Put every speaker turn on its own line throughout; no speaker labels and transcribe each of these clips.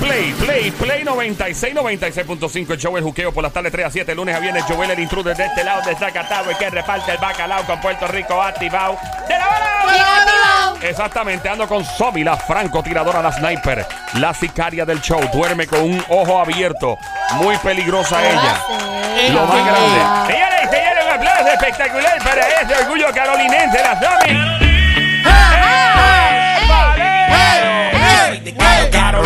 Play, Play, Play 96, 96.5. El show El Juqueo por las tardes 3 a 7. Lunes a viernes, Joel el intruder de este lado de Zacatau, el que reparte el bacalao con Puerto Rico activado. ¡De la bala! Exactamente, ando con Somi, la francotiradora, la sniper, la sicaria del show. Duerme con un ojo abierto. Muy peligrosa ella. Lo más grande. Señores y señores, un aplauso espectacular para este orgullo carolinense, la Somi. ¡Eh, vale!
Eh, Ah,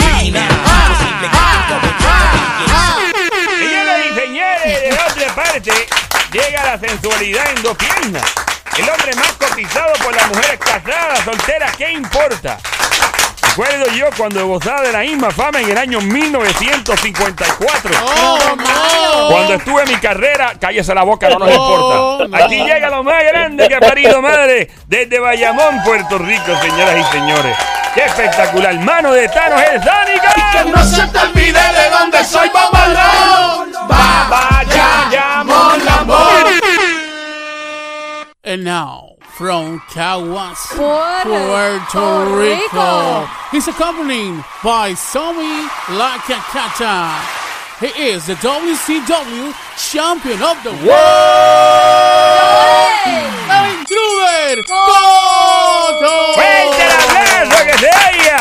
Señoras y señores, de otra parte, llega la sensualidad en dos piernas. El hombre más cotizado por las mujeres casadas, solteras, ¿qué importa? Recuerdo yo cuando gozaba de la misma fama en el año 1954. Cuando estuve en mi carrera, cállese la boca, no nos importa. Aquí llega lo más grande que ha parido madre desde Bayamón, Puerto Rico, señoras y señores. ¡Qué espectacular! ¡Mano de Thanos, el Sónico!
ah, No se te olvide de dónde soy, Babalón. Bayamón, Lambón.
And now, from Tawas,
Puerto Rico.
he's accompanied by Somi La Cacata. He is the WCW champion of the world, and Intruder Cotto.
¡Fuerte el aplauso que se haya!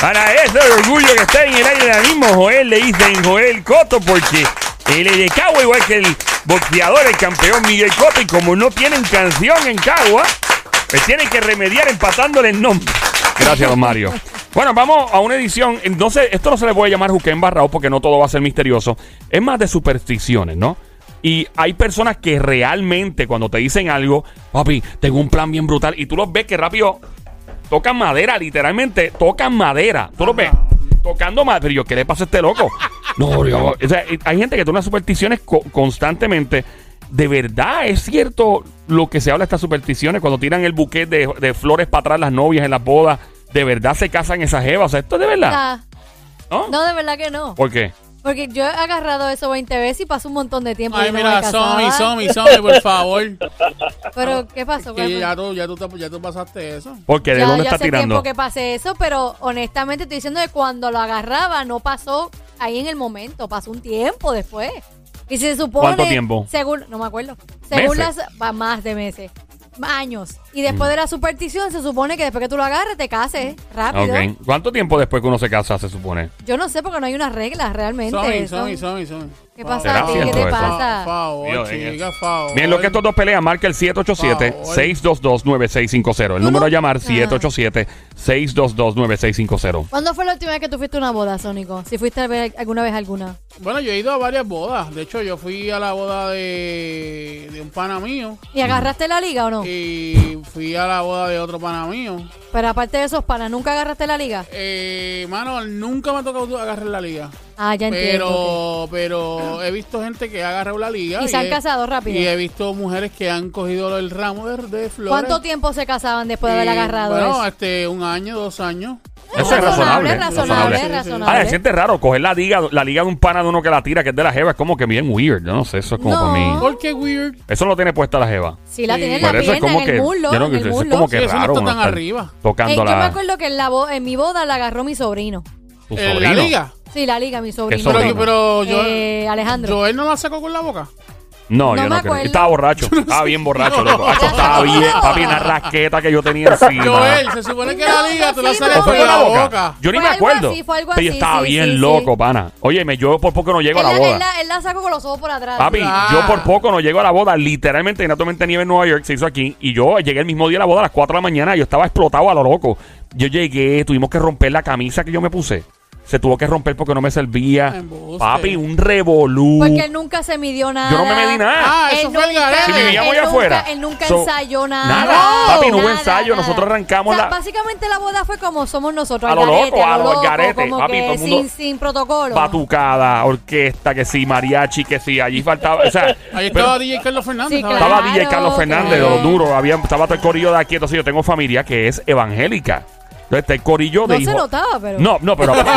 Para eso el orgullo que está en el aire ahora mismo, Joel le dicen Joel Coto porque él es de Cagua igual que el boxeador, el campeón Miguel Coto y como no tienen canción en Cagua, pues tienen que remediar empatándole el nombre. Gracias, don Mario. Bueno, vamos a una edición. No sé, esto no se le puede llamar juque embarrado porque no todo va a ser misterioso. Es más de supersticiones, ¿no? Y hay personas que realmente cuando te dicen algo, papi, tengo un plan bien brutal, y tú los ves que rápido tocan madera, literalmente tocan madera. Tú los ves tocando madera. Pero yo, ¿qué le pasa a este loco? No, yo- o sea, hay gente que tiene unas supersticiones co- constantemente. ¿De verdad es cierto lo que se habla de estas supersticiones? Cuando tiran el buquet de, de flores para atrás las novias en las bodas, ¿de verdad se casan esas jevas? O sea, esto es de verdad.
Ah,
¿No?
No, de verdad que no.
¿Por qué?
Porque yo he agarrado eso 20 veces y paso un montón de tiempo.
Ay,
y no
mira,
me casaba.
Somi, Somi, Somi, por favor.
Pero, ¿qué pasó? ¿Cuál
Que
fue?
ya tú, ya, tú, te- ya tú pasaste eso.
Porque de
Ya-
dónde
ya
está
hace tiempo
tirando.
que pasé eso, pero honestamente estoy diciendo que cuando lo agarraba no pasó ahí en el momento, pasó un tiempo después. Y se supone.
¿Cuánto tiempo?
Según, no me acuerdo. Según
¿Meses? Mm.
las. va, Más de meses. Años. Y después de la superstición se supone que después que tú lo agarres te cases rápido.
Ok. ¿Cuánto tiempo después que uno se casa, se supone?
Yo no sé porque no hay unas reglas realmente.
Somi,
Son-
Somi, Somi, Somi.
¿Qué
Por
pasa
a ti? ¿Qué te
favor,
pasa?
Por favor,
Dios,
chica,
en-
por favor.
Bien, lo que estos dos pelean, marca el
Favor.
787-622-9650. El
no?
número a llamar,
Ah.
787-622-9650.
¿Cuándo fue la última vez que tú fuiste a una boda, Sónico? Si fuiste a ver alguna vez alguna.
Bueno, yo he ido a varias bodas. De hecho, yo fui a la boda de, de un pana mío
¿Y agarraste la liga o no?
y fui a la boda de otro pana mío.
Pero aparte de esos panas, ¿nunca agarraste la liga?
Eh, mano, nunca me ha tocado agarrar la liga.
Ah, ya entiendo. ok.
Pero, pero he visto gente que ha agarrado la liga.
Y se han
he-
casado rápido.
Y he visto mujeres que han cogido el ramo de, de flores.
¿Cuánto tiempo se casaban después de
Y,
haber agarrado
Bueno,
eso?
este, un año, dos años.
Eso es razonable.
Es razonable,
razonable.
es
Ah,
razonable.
se siente raro coger la liga, la liga de un pana de uno que la tira, que es de la jeva, es como que bien weird. Yo no sé, eso es como para
No.
mí.
¿Por qué weird?
Eso lo tiene puesta la jeva.
Sí, la
Sí.
tienen en la
Pero eso
pierna,
es como
en
que.
el muslo,
yo no-
en el
eso es
muslo.
como que
Sí, eso no
raro.
está
uno
tan
estar
arriba.
Eh,
Tocando
yo me
la.
acuerdo que en, la bo- en mi boda la agarró mi sobrino.
tu
Eh,
sobrino.
la liga.
Sí, la liga, mi sobrino.
Pero,
sobrino?
pero yo,
Eh, Alejandro.
Joel no la sacó con la boca.
No,
No
yo
me
no creo.
acuerdo.
Estaba borracho. Estaba bien borracho,
No.
loco. Hacho, estaba bien. Papi, una rasqueta que yo tenía encima.
Joel, se supone que la
No,
liga tú
no,
la
sí,
sacas
no.
¿Fue
con
con
la boca.
Yo ni
Fue
me
algo
acuerdo.
así, fue algo
Pero yo
así,
estaba
sí,
bien
sí,
loco,
sí.
pana. Óyeme, yo por poco no llego a
Él
la
la,
boda.
él la- él la sacó con los ojos por atrás.
Papi,
Ah.
yo por poco no llego a la boda. Literalmente, en Naturalmente Nieve en Nueva York se hizo aquí. Y yo llegué el mismo día a la boda a las 4 de la mañana. Yo estaba explotado a lo loco. Yo llegué, tuvimos que romper la camisa que yo me puse. Se tuvo que romper porque no me servía.
Embuste.
Papi, un revolú.
Porque él nunca se midió nada.
Yo no me medí nada.
Ah,
Él
eso fue el
nunca-
Si
garete.
él
vivíamos allá
nunca-
afuera.
Él nunca
So,
ensayó nada.
nada. Papi, no hubo
Nada,
ensayo. Nosotros arrancamos
O sea,
la-
Básicamente la boda fue como somos nosotros.
A
al
lo
garete,
loco, a lo
loco,
garete,
como
papi,
que
todo el mundo-
sin, sin protocolo.
Batucada, orquesta, que sí, mariachi, que sí. Allí faltaba. O sea,
Ahí
pero-
estaba DJ Carlos Fernández.
Sí,
¿sabes?
Estaba
Claro,
DJ Carlos Fernández,
claro.
lo duro. Había, estaba todo el corillo de aquí. Entonces, yo tengo familia que es evangélica. Entonces, está el corillo de
No se
hijos-
notaba, pero-
No, no, pero. bueno.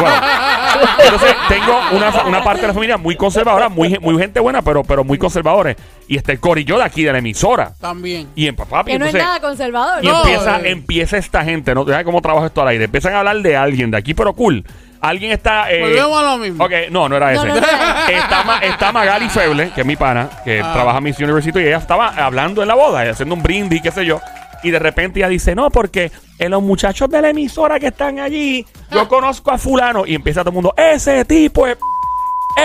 Entonces, tengo una, fa- una parte de la familia muy conservadora, muy, ge- muy gente buena, pero, pero muy conservadores. Y está el corillo de aquí, de la emisora.
También.
Y en papá,
Que no es nada conservador.
y
No,
empieza,
eh.
empieza esta gente, ¿no? Deja cómo trabaja esto al aire. Empiezan a hablar de alguien de aquí, pero cool. Alguien está. eh,
Volvemos a lo mismo.
Ok, no, no era
No,
ese.
no, no era
Está, Ma- está Magali Feble, que es mi pana, que
Ah.
trabaja en Misión University, y ella estaba hablando en la boda, haciendo un brindis, qué sé yo. Y de repente ella dice, no, porque eh, los muchachos de la emisora que están allí, yo conozco a fulano. Y empieza todo el mundo, ese tipo es...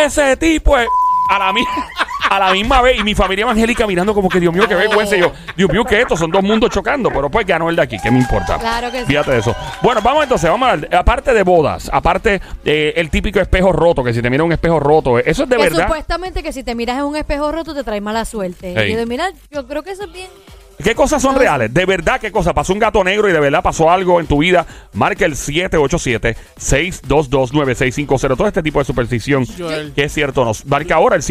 Ese tipo es... A la, mi- a la misma vez. Y mi familia evangélica mirando como que, Dios mío, qué vergüenza. Y yo, Dios mío, que esto, son dos mundos chocando. Pero pues ganó el de aquí, ¿qué me importa?
Claro que sí.
Fíjate de eso. Bueno, vamos entonces, vamos a ver. Aparte de bodas, aparte eh, el típico espejo roto, que si te mira un espejo roto, eh, eso es de
que
verdad.
supuestamente que si te miras en un espejo roto te trae mala suerte.
Ey.
Y yo digo, mira, yo creo que eso es bien.
¿Qué cosas son
No.
reales? De verdad, ¿qué cosa? ¿Pasó un gato negro y de verdad pasó algo en tu vida? Marca el 787-622-9650. Todo este tipo de superstición
Joel.
que es cierto. Nos marca ahora el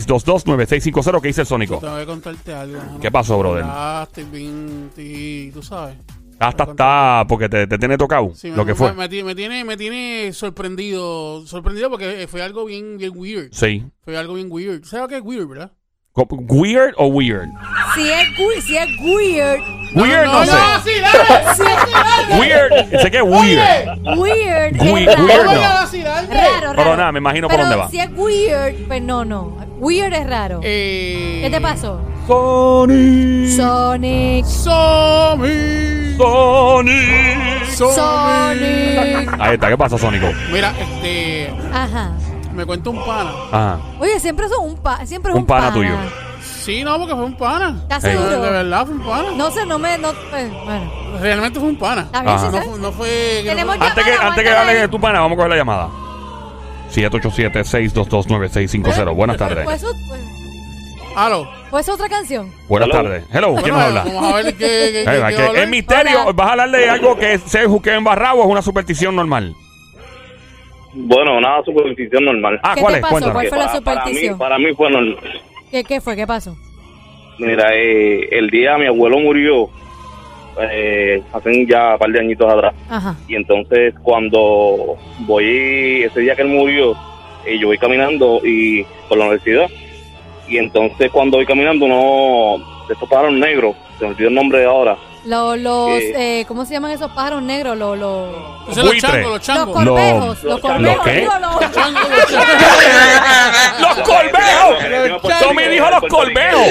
787-622-9650. ¿Qué dice el Sónico?
Tengo que contarte algo. mano.
¿Qué pasó, brother?
Ah, estoy bien, estoy- tú sabes.
Hasta Ah, está, porque te, te tiene tocado
Sí, me-
lo que fue.
Me, me tiene, me, tiene, me tiene sorprendido. Sorprendido porque eh, fue algo bien, bien weird.
Sí.
Fue algo bien weird. ¿Sabes lo que es weird, verdad?
Co- ¿Weird o weird?
Si es, gu- si es weird,
Weird no,
no,
sé.
¡No, sí, dale!
si es
Weird, sé que es weird.
weird,
Gui-
es raro.
¡Voy
weird no.
a vacilarme!
Raro, raro.
Pero nada, me imagino por
Pero
dónde va.
Si es weird, pues no, no. Weird es raro.
Eh,
¿Qué te pasó?
Sonic.
Sonic.
Sonic.
Sonic.
Sonic.
Ahí está, ¿qué pasa, Sónico?
Mira, este.
Ajá.
Me cuenta un pana.
Ajá.
Oye, siempre son un pa, siempre es
Un
un,
pana tuyo.
Sí, no, porque fue un pana.
¿Estás
Ey.
De, de
seguro?
verdad, fue un pana.
No sé, no me, no, eh, bueno.
Realmente fue un pana.
Está bien,
Ajá.
No
sí, sabes.
fue. No fue
Tenemos
Antes que,
Llamada,
antes que
aguántala
hable de
ahí.
tu pana, vamos a coger la llamada. 787-622-9650. Buenas tardes.
Pues, pues,
Aló.
pues otra canción.
Buenas tardes. Hello, ¿quién
Bueno,
nos habla?
Vamos a ver qué. qué- qué-
Eh, va,
qué
que
va a hablar.
es misterio.
Hola.
¿Vas a hablar de algo que se juqueo embarrado o es una superstición normal?
Bueno, nada, superstición normal.
Ah,
¿Qué
¿cuál
te
es?
pasó?
Cuéntanos.
¿Cuál fue la
Para-
superstición?
Para mí, para mí fue normal.
¿Qué, qué fue? ¿Qué pasó?
Mira, eh, el día mi abuelo murió, eh, hacen ya un par de añitos atrás.
Ajá.
Y entonces cuando voy, ese día que él murió, eh, yo voy caminando y por la universidad. Y entonces cuando voy caminando, uno de estos pájaros negros, se me olvidó el nombre de ahora.
Los, los,
Eh.
eh, ¿cómo se llaman esos pájaros negros? Los, los,
Ese es los
Buitre.
changos, los
los
changos.
corvejos.
Los-
Los corvejos.
¿Los qué?
digo, los-
Changos, los changos.
¡Los corvejos! Tommy dijo los corvejos.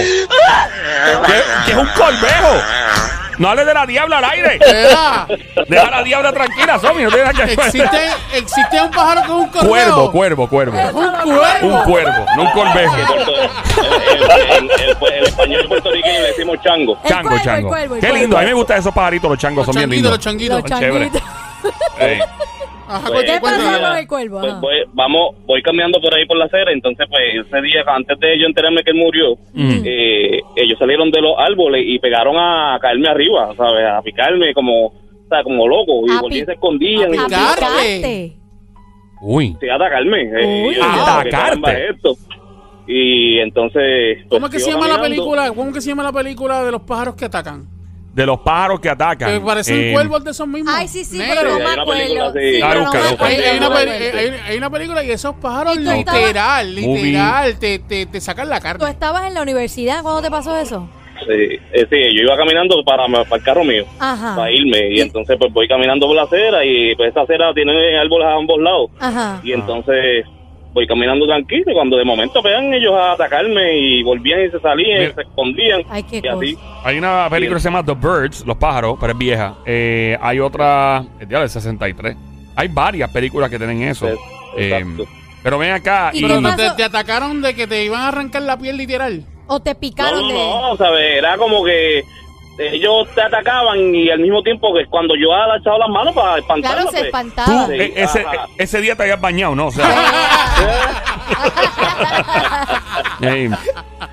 ¿Qué, qué es un corvejo? No hables de la diabla al aire.
Espera.
Deja a la diabla tranquila, Somi. No tiene nada que
Existe, existe un pájaro que es un correo.
Cuervo, cuervo, cuervo.
Un cuervo.
Un cuervo, no un corvejo.
En el español puertorriqueño le decimos chango.
El
Chango,
cuervo, el
chango.
cuervo, el
Qué
cuervo.
lindo. A mí me gustan esos pajaritos, los changos,
Los
son bien
changuitos, los
lindos.
changuitos.
Los changuitos.
Ey.
Ajá,
Pues,
¿Qué
cuéntame,
pasó con
cuéntame.
el cuervo?
Pues
Ajá.
voy, vamos, voy caminando por ahí por la acera, entonces pues ese día, antes de yo enterarme que él murió, eh, ellos salieron de los árboles y pegaron a caerme arriba, ¿sabes? A picarme como, o sea, como loco, y
A
volví y
pi-
se escondían.
a
y
picar.
volví
Aplicarte.
Uy.
sí, a atacarme. eh,
Uy.
y yo,
Ah,
¿qué caramba
atacarte.
es esto? Y entonces... pues,
¿Cómo es que se
sigo
llama la
caminando.
película? ¿Cómo es que se llama la película de los pájaros que atacan?
De los pájaros que atacan.
Que parecen
Eh,
cuervos de esos mismos.
Ay, sí, sí,
Negros.
pero no
hay
me
una película
acuerdo.
así.
Sí,
Ah,
pero no
busca,
me
busca.
Hay, hay una,
acuerdo.
peli- hay, hay una película y esos pájaros
¿Y tú estabas-
literal,
Movie.
literal, te, te, te sacan la
¿Tú
carne.
estabas en la universidad cuando te pasó eso?
Sí, eh, sí, yo iba caminando para, para el carro mío.
Ajá.
Para irme, y
Y-
entonces pues voy caminando por la acera y pues esa acera tiene árboles a ambos lados.
Ajá.
Y entonces voy caminando tranquilo y cuando de momento pegan ellos a atacarme y volvían y se salían
Mira.
y se escondían.
Ay, qué
y así.
cosa.
Hay una película que se llama The Birds, Los pájaros, pero es vieja. Eh, hay otra, eh, el día del 63. Hay varias películas que tienen eso.
Es-
Eh,
exacto.
pero ven acá
¿Y
y,
Pero
qué
no, te,
pasó?
te atacaron de que te iban a arrancar la piel literal.
¿O te
No,
picaron
no,
de...?
no, ¿sabes? Era como que ellos te atacaban y al mismo tiempo que cuando yo había echado las manos para
Claro,
espantarlos.
se
pues,
tú
espantaba.
Sí,
eh, ese,
ajá.
eh, ese día te habías bañado, ¿no? O sea, eh,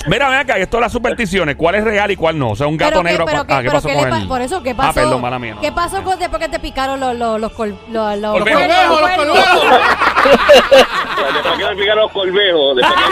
mira, ven acá, esto de las supersticiones, ¿cuál es real y cuál no? O sea, un gato
Pero qué-
negro.
pero
ah, ¿qué
pero
pasó
le
con
pa-
él?
Por eso, ¿qué pasó?
Ah, perdón, mala mía. no.
¿Qué pasó con después que te picaron los... los, los, col- los, los- los
Corvejos.
cuervos,
Los
cuervos?
corvejos.
pues, Después que me picaron los corvejos, después que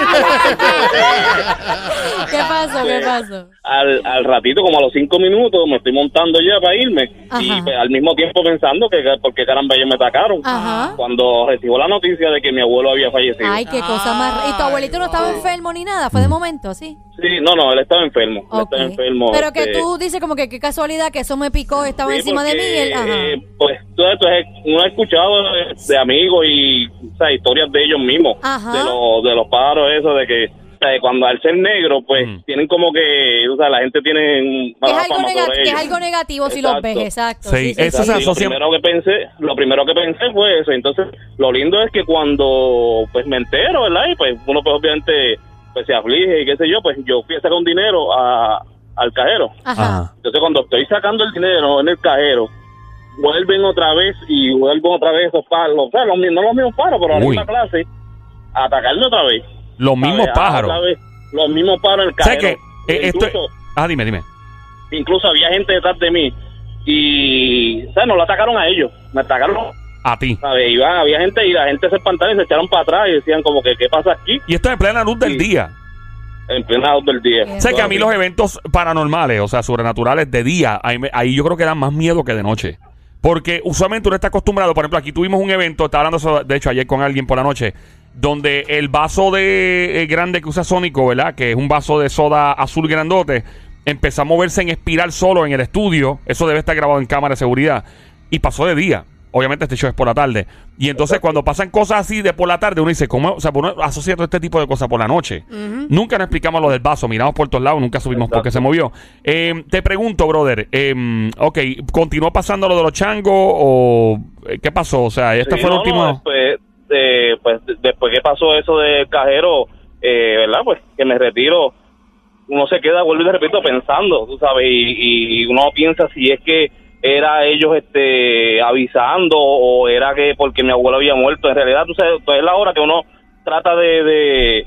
me picaron los
¿Qué pasó? ¿Qué pasó?
al, al ratito, como a los cinco minutos, me estoy montando ya para irme.
Ajá.
Y pues, al mismo tiempo pensando que porque caramba ellos me atacaron.
Ajá.
Cuando recibo la noticia de que mi abuelo había fallecido. Ah,
Mm.
Ay, qué cosa más... ra- ¿Y tu abuelito no estaba enfermo ni nada? ¿Fue de momento? maestro, sí.
Sí, no, no, él estaba enfermo. Él
Ok.
estaba enfermo.
Pero que
este,
tú dices como que qué casualidad que eso me picó, estaba
sí,
encima de mí.
porque,
y él- ajá.
eh, pues todo esto es, uno ha escuchado eh, de amigos y o sea, historias de ellos mismos,
Ajá.
de los, de los pájaros, eso, de que o sea, de cuando al ser negro, pues
Mm.
tienen como que, o sea, la gente tiene
Que es,
mala
algo
fama
negati-
sobre
que es
ellos.
algo negativo si los ves, exacto.
Sí, eso
Exacto,
se
y lo
asocia-
primero que pensé, lo primero que pensé fue eso. Entonces, lo lindo es que cuando pues me entero, ¿verdad? Y pues uno pues obviamente pues se aflige y qué sé yo, pues yo fui a sacar un dinero a- al cajero.
eh,
Ajá.
Entonces, cuando estoy sacando el dinero en el cajero, vuelven otra vez y vuelven otra vez esos palos, o sea, los, mi- no los mismos palos, pero la
Uy.
misma clase, a atacarme otra vez.
Los mismos
¿sabes?
pájaros.
Otra vez, Los mismos pájaros en el
O sea
cajero.
que eh, esto
Incluso-
Ah, dime, dime.
incluso había gente detrás de mí y o sea, no la atacaron a ellos, me atacaron,
A ti.
¿sabes? Iban, había gente y la gente se espantaba y se echaron para atrás y decían como que qué pasa aquí
Y esto es en plena luz del
Sí.
día.
en plena luz del día.
O sea que a mí los eventos paranormales, o sea, sobrenaturales de día, ahí, me- ahí yo creo que dan más miedo que de noche. Porque usualmente uno está acostumbrado, por ejemplo, aquí tuvimos un evento, estaba hablando eso, de hecho ayer con alguien por la noche, donde el vaso de eh, grande que usa Sónico, ¿verdad? Que es un vaso de soda azul grandote, empezó a moverse en espiral solo en el estudio. Eso debe estar grabado en cámara de seguridad. Y pasó de día. Obviamente este show es por la tarde. Y entonces cuando pasan cosas así de por la tarde, uno dice, ¿cómo? O sea, uno asocia todo este tipo de cosas por la noche. Nunca nos explicamos lo del vaso, miramos por todos lados, nunca subimos porque se movió. Eh, te pregunto, brother, eh, ok, ¿continuó pasando lo de los changos o eh, qué pasó? O sea, este
Sí,
fue el
no,
último...
no, después, eh, pues, de- después que pasó eso del cajero, eh, ¿verdad? Pues que me retiro, uno se queda, vuelvo y te repito, pensando, tú sabes, y, y uno piensa si es que era ellos este avisando o era que porque mi abuelo había muerto. En realidad, tú sabes, pues es la hora que uno trata de, de,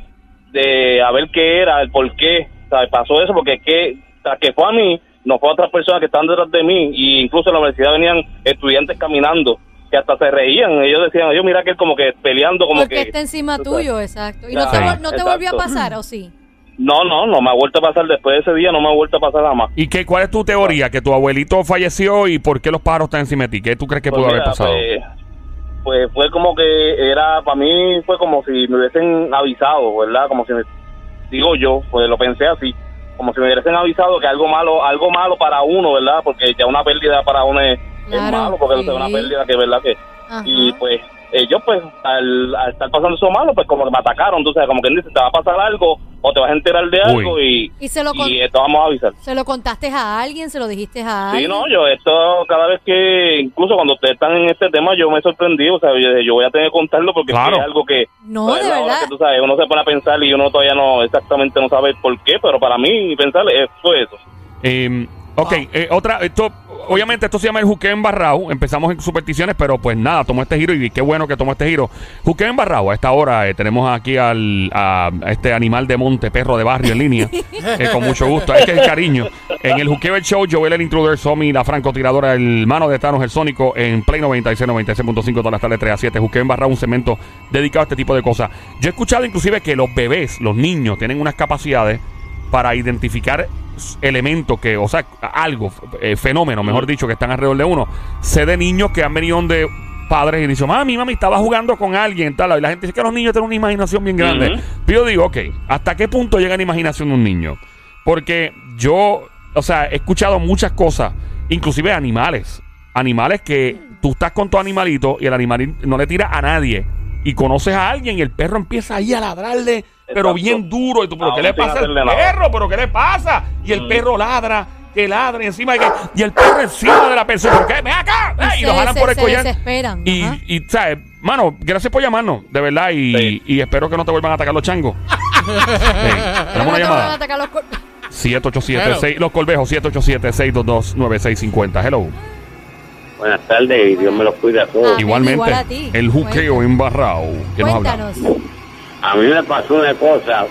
de a ver qué era, el por qué ¿sabes? pasó eso, porque es que, tras que fue a mí, no fue a otras personas que estaban detrás de mí, y incluso en la universidad venían estudiantes caminando que hasta se reían, ellos decían, yo mira que él como que peleando, como
Porque este
que...
está encima
tú sabes.
tuyo, exacto. ¿Y no te,
Sí.
vol- no te volvió a
Exacto.
pasar o sí?
No, no, no me ha vuelto a pasar después de ese día, no me ha vuelto a pasar nada más.
¿Y qué, cuál es tu
Ah.
teoría? ¿Que tu abuelito falleció y por qué los pájaros están encima de ti? ¿Qué tú crees que
Pues
pudo haber
mira,
pasado?
Pues, pues fue como que era, para mí fue como si me hubiesen avisado, ¿verdad? Como si me, digo yo, pues lo pensé así, como si me hubiesen avisado que algo malo, algo malo para uno, ¿verdad? Porque ya una pérdida para uno es, es
Claro,
malo, porque es una
sí.
pérdida que, ¿verdad? Que,
Ajá.
y pues ellos pues al, al estar pasando eso malo, pues como que me atacaron, tú sabes, como que dice, te va a pasar algo o te vas a enterar de algo y,
Y se lo con-
y esto vamos a avisar.
¿Se lo contaste a alguien? ¿Se lo dijiste a
Sí,
alguien?
no, yo esto cada vez que, incluso cuando ustedes están en este tema, yo me he sorprendido, o sea, yo, yo voy a tener que contarlo porque
Claro.
es algo que...
No,
pues,
de
es la hora
verdad.
que tú sabes, uno se pone a pensar y uno todavía no exactamente no sabe por qué, pero para mí pensar es- fue eso.
Eh, ok, eh, otra, esto, obviamente esto se llama el juque embarrado. Empezamos en supersticiones, pero pues nada, tomó este giro y qué bueno que tomó este giro. Juque embarrado, a esta hora eh, tenemos aquí al, a este animal de monte, perro de barrio en línea, eh, con mucho gusto, es que es cariño. En el Juqueo del Show, Joel el Intruder, Somi, la francotiradora, el mano de Thanos, el Sónico, en Play 96, 96.5, todas las tardes 3 a 7. Juqueo embarrado, un segmento dedicado a este tipo de cosas. Yo he escuchado inclusive que los bebés, los niños, tienen unas capacidades para identificar s- elementos que, o sea, algo, f- eh, fenómeno,
Mm.
mejor dicho, que están alrededor de uno. Sé de niños que han venido de padres y dicen, mami, mami, estaba jugando con alguien, tal. Y la gente dice que los niños tienen una imaginación bien grande.
Ujú.
Pero yo digo, ok, ¿hasta qué punto llega la imaginación de un niño? Porque yo, o sea, he escuchado muchas cosas, inclusive animales. Animales que tú estás con tu animalito y el animal no le tira a nadie. Y conoces a alguien y el perro empieza ahí a ladrarle, pero
Exacto.
bien duro. Y tú, ¿pero
Aún
qué le Mm.
sin
pasa al
hacerle nada.
perro? ¿Pero qué le pasa? Y el perro ladra, que ladra y encima de que- y el perro encima de la persona. ¿Por qué? ¡Ven acá! ¡Ey! Y,
se-
lo jalan
se-
por el
se
collar.
desesperan,
Y,
ajá.
y, ¿sabes? Mano, gracias por llamarnos, de verdad. Y,
Sí.
y espero que no te vuelvan a atacar los changos. Sí.
Pero
Tenemos una
no te van a
llamada.
atacar los cor-
787 6 Los Colvejos, 787-622-9650. Hello.
Buenas tardes y Dios me los cuida a
todos. Amén,
Igualmente,
igual a ti.
el juqueo
Cuéntanos.
embarrado. ¿Qué nos habla?
Cuéntanos.
Ah.
A mí me pasó una cosa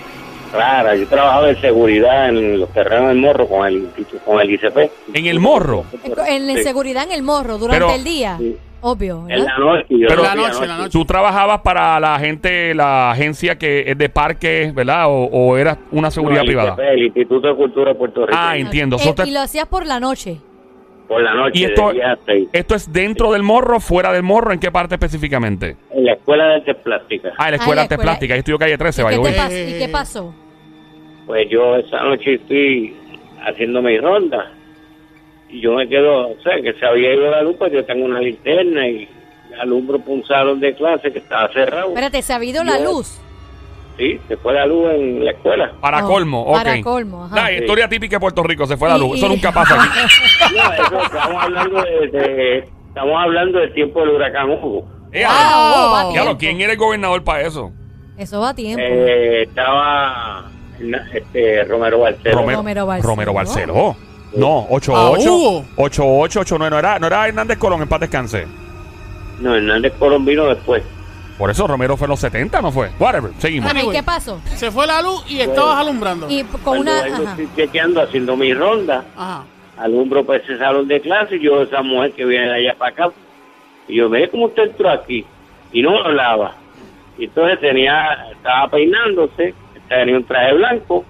rara, yo trabajaba de seguridad en los terrenos del morro con el, con el ICP.
En el morro.
En la inseguridad en el morro durante
Pero-
el día.
Sí.
Obvio. ¿verdad?
noche.
Pero-
la noche, la noche.
¿Tú trabajabas para la gente, la agencia que es de parques, ¿verdad? ¿O, o eras una seguridad
No, el
privada?
ICP, El Instituto de Cultura puertorriqueña.
Ah, entiendo.
Eh,
So, te-
y lo hacías por la noche.
Por la noche,
¿Y esto,
de 10 a 6.
esto es dentro del morro, fuera del morro? ¿En qué parte específicamente?
En la Escuela de Artes Plásticas.
Ah, en la
Ah,
Escuela de
la
Artes
escuela.
Plásticas. Yo estudio calle 13,
¿Y,
vaya
qué te
güey.
pas- y qué pasó?
Pues yo esa noche estoy haciendo mi ronda. Y yo me quedo, o sea, que se había ido la luz, pues yo tengo una linterna y alumbro por un salón de clase que estaba cerrado.
Espérate, se ha habido la
Yo-
luz.
Sí, se fue la luz en la escuela.
Para
Ah,
colmo, ok.
para colmo, ajá.
Nah, historia típica de Puerto Rico, se fue la
Y-
luz.
y-
Eso nunca pasa aquí.
No, eso, estamos hablando de, de- estamos hablando del tiempo del huracán Hugo.
Eh,
Ah, no, va a
ya lo,
tiempo.
¿quién era el gobernador para eso?
Eso va a tiempo.
Eh, estaba na- este Romero Barceló.
Romero Barceló.
Romero Barceló. No,
Ah, Hugo.
88. 8889. No era, no era Hernández Colón, en paz descanse.
No, Hernández Colón vino después.
Por eso Romero fue en los 70, ¿no fue? Whatever, seguimos.
Ay.
Ay,
Anyway.
¿Qué pasó?
Se fue la luz y estabas alumbrando.
Y con
Cuando
una.
ahí yo
ajá.
estoy chequeando, haciendo mi ronda,
Ajá.
alumbro para ese salón de clase, y yo esa mujer que viene de allá para acá, y yo, ve cómo usted entró aquí, y no hablaba. Y entonces tenía, estaba peinándose, tenía un traje blanco,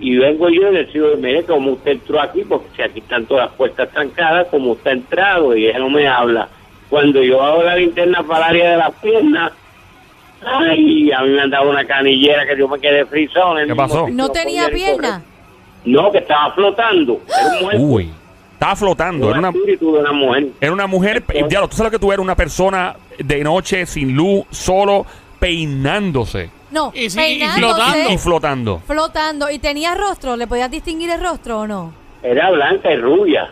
y vengo yo y le digo, mire cómo usted entró aquí, porque si aquí están todas las puertas trancadas, como usted ha entrado, y ella no me habla. Cuando yo hago la linterna para el área de las piernas, ay, a mí me han dado una canillera que yo me quedé frisado. en el
¿Qué
mismo
pasó?
sitio,
No tenía
podía ni correr.
pierna.
No, que estaba flotando. Era un muerto.
Uy. Estaba flotando. Era
un
una,
espíritu de una mujer.
era una mujer. pe- Diablo, tú sabes lo que tú eras una persona de noche, sin luz, solo, peinándose
No,
Y sí, y
peinándose,
flotando.
y flotando.
flotando. ¿Y tenía rostro? ¿Le podías distinguir el rostro o no?
Era blanca y rubia.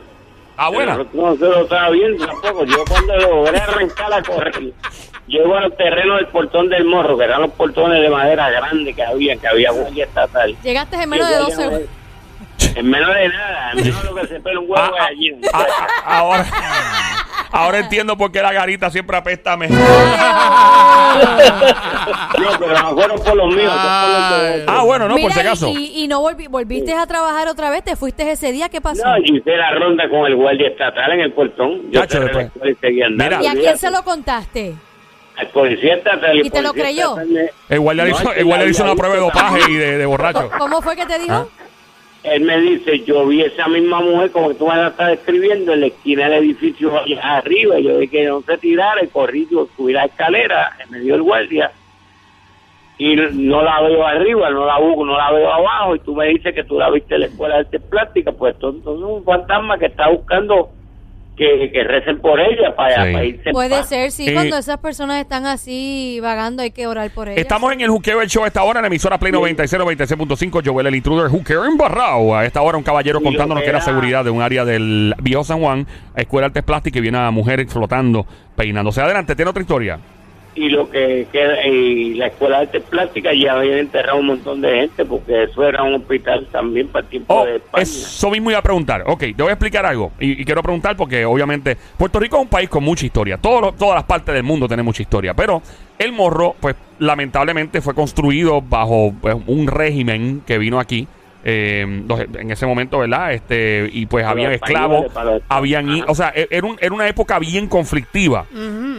Ah, buena.
Pero No se lo estaba viendo tampoco. Yo cuando logré arrancar a correr, llego al terreno del portón del morro, que eran los portones de madera grandes que había, que había huella estatal.
Llegaste en menos de
Llego
dos
allá,
segundos.
En menos de nada, en menos de lo que se pela un huevo
Ah,
de gallina.
ah, ah, ahora, ahora entiendo por qué la garita siempre apesta mejor.
Eh,
No, pero no fueron por los míos.
Ay.
Ah, bueno, no, por
Mira,
si
y-
acaso.
Y, y no volvi- volviste a trabajar otra vez, te fuiste ese día, ¿qué pasó?
No, yo hice la ronda con el guardia estatal en el portón. Yo
Chacho,
cerré la
después.
escuela y seguí andando.
Mira.
¿Y a quién se lo contaste?
Al policía estatal. el
¿Y te lo
policía
creyó?
estatal me-
Igual le
No,
hizo,
es que
igual le
la
hizo una
había
prueba de
visto
dopaje
también.
y de, de borracho.
¿Cómo fue que te dijo?
Ah.
Él me dice, yo vi esa misma mujer como que tú me la estás describiendo en la esquina del edificio allá arriba. Yo vi que no se tirara y corrí, yo subí la escalera, me dio el guardia. Y no la veo arriba, no la busco, no la veo abajo. Y tú me dices que tú la viste en la escuela de artes plásticas. Pues esto- entonces es un fantasma que está buscando que, que recen por ella para,
Sí.
para irse. en
Puede
paz.
ser, sí,
Eh,
cuando esas personas están así vagando hay que orar por ellas.
Estamos en el Juqueo del Show a esta hora, en la emisora Play 96, 96.5. Joel el Intruder, Juqueo embarrado. A esta hora, un caballero
Sí,
contándonos
yo
que era
era-
seguridad de un área del Viejo San Juan, Escuela de Artes Plásticas, y viene a mujer flotando, peinándose. Adelante, tiene otra historia.
y lo que queda, y la escuela de artes plásticas ya había enterrado un montón de gente porque eso era un hospital también para el tiempo
Oh,
de España.
eso mismo iba a preguntar. Ok, te voy a explicar algo. Y, y quiero preguntar porque, obviamente, Puerto Rico es un país con mucha historia. Todo lo- todas las partes del mundo tienen mucha historia. Pero el morro, pues, lamentablemente fue construido bajo pues, un régimen que vino aquí. eh, los- en ese momento, ¿verdad? Este, y pues
Para
habían
los
esclavos,
españoles, para los-
habían... i-
Ajá.
O sea, e- era, un- era una época bien conflictiva.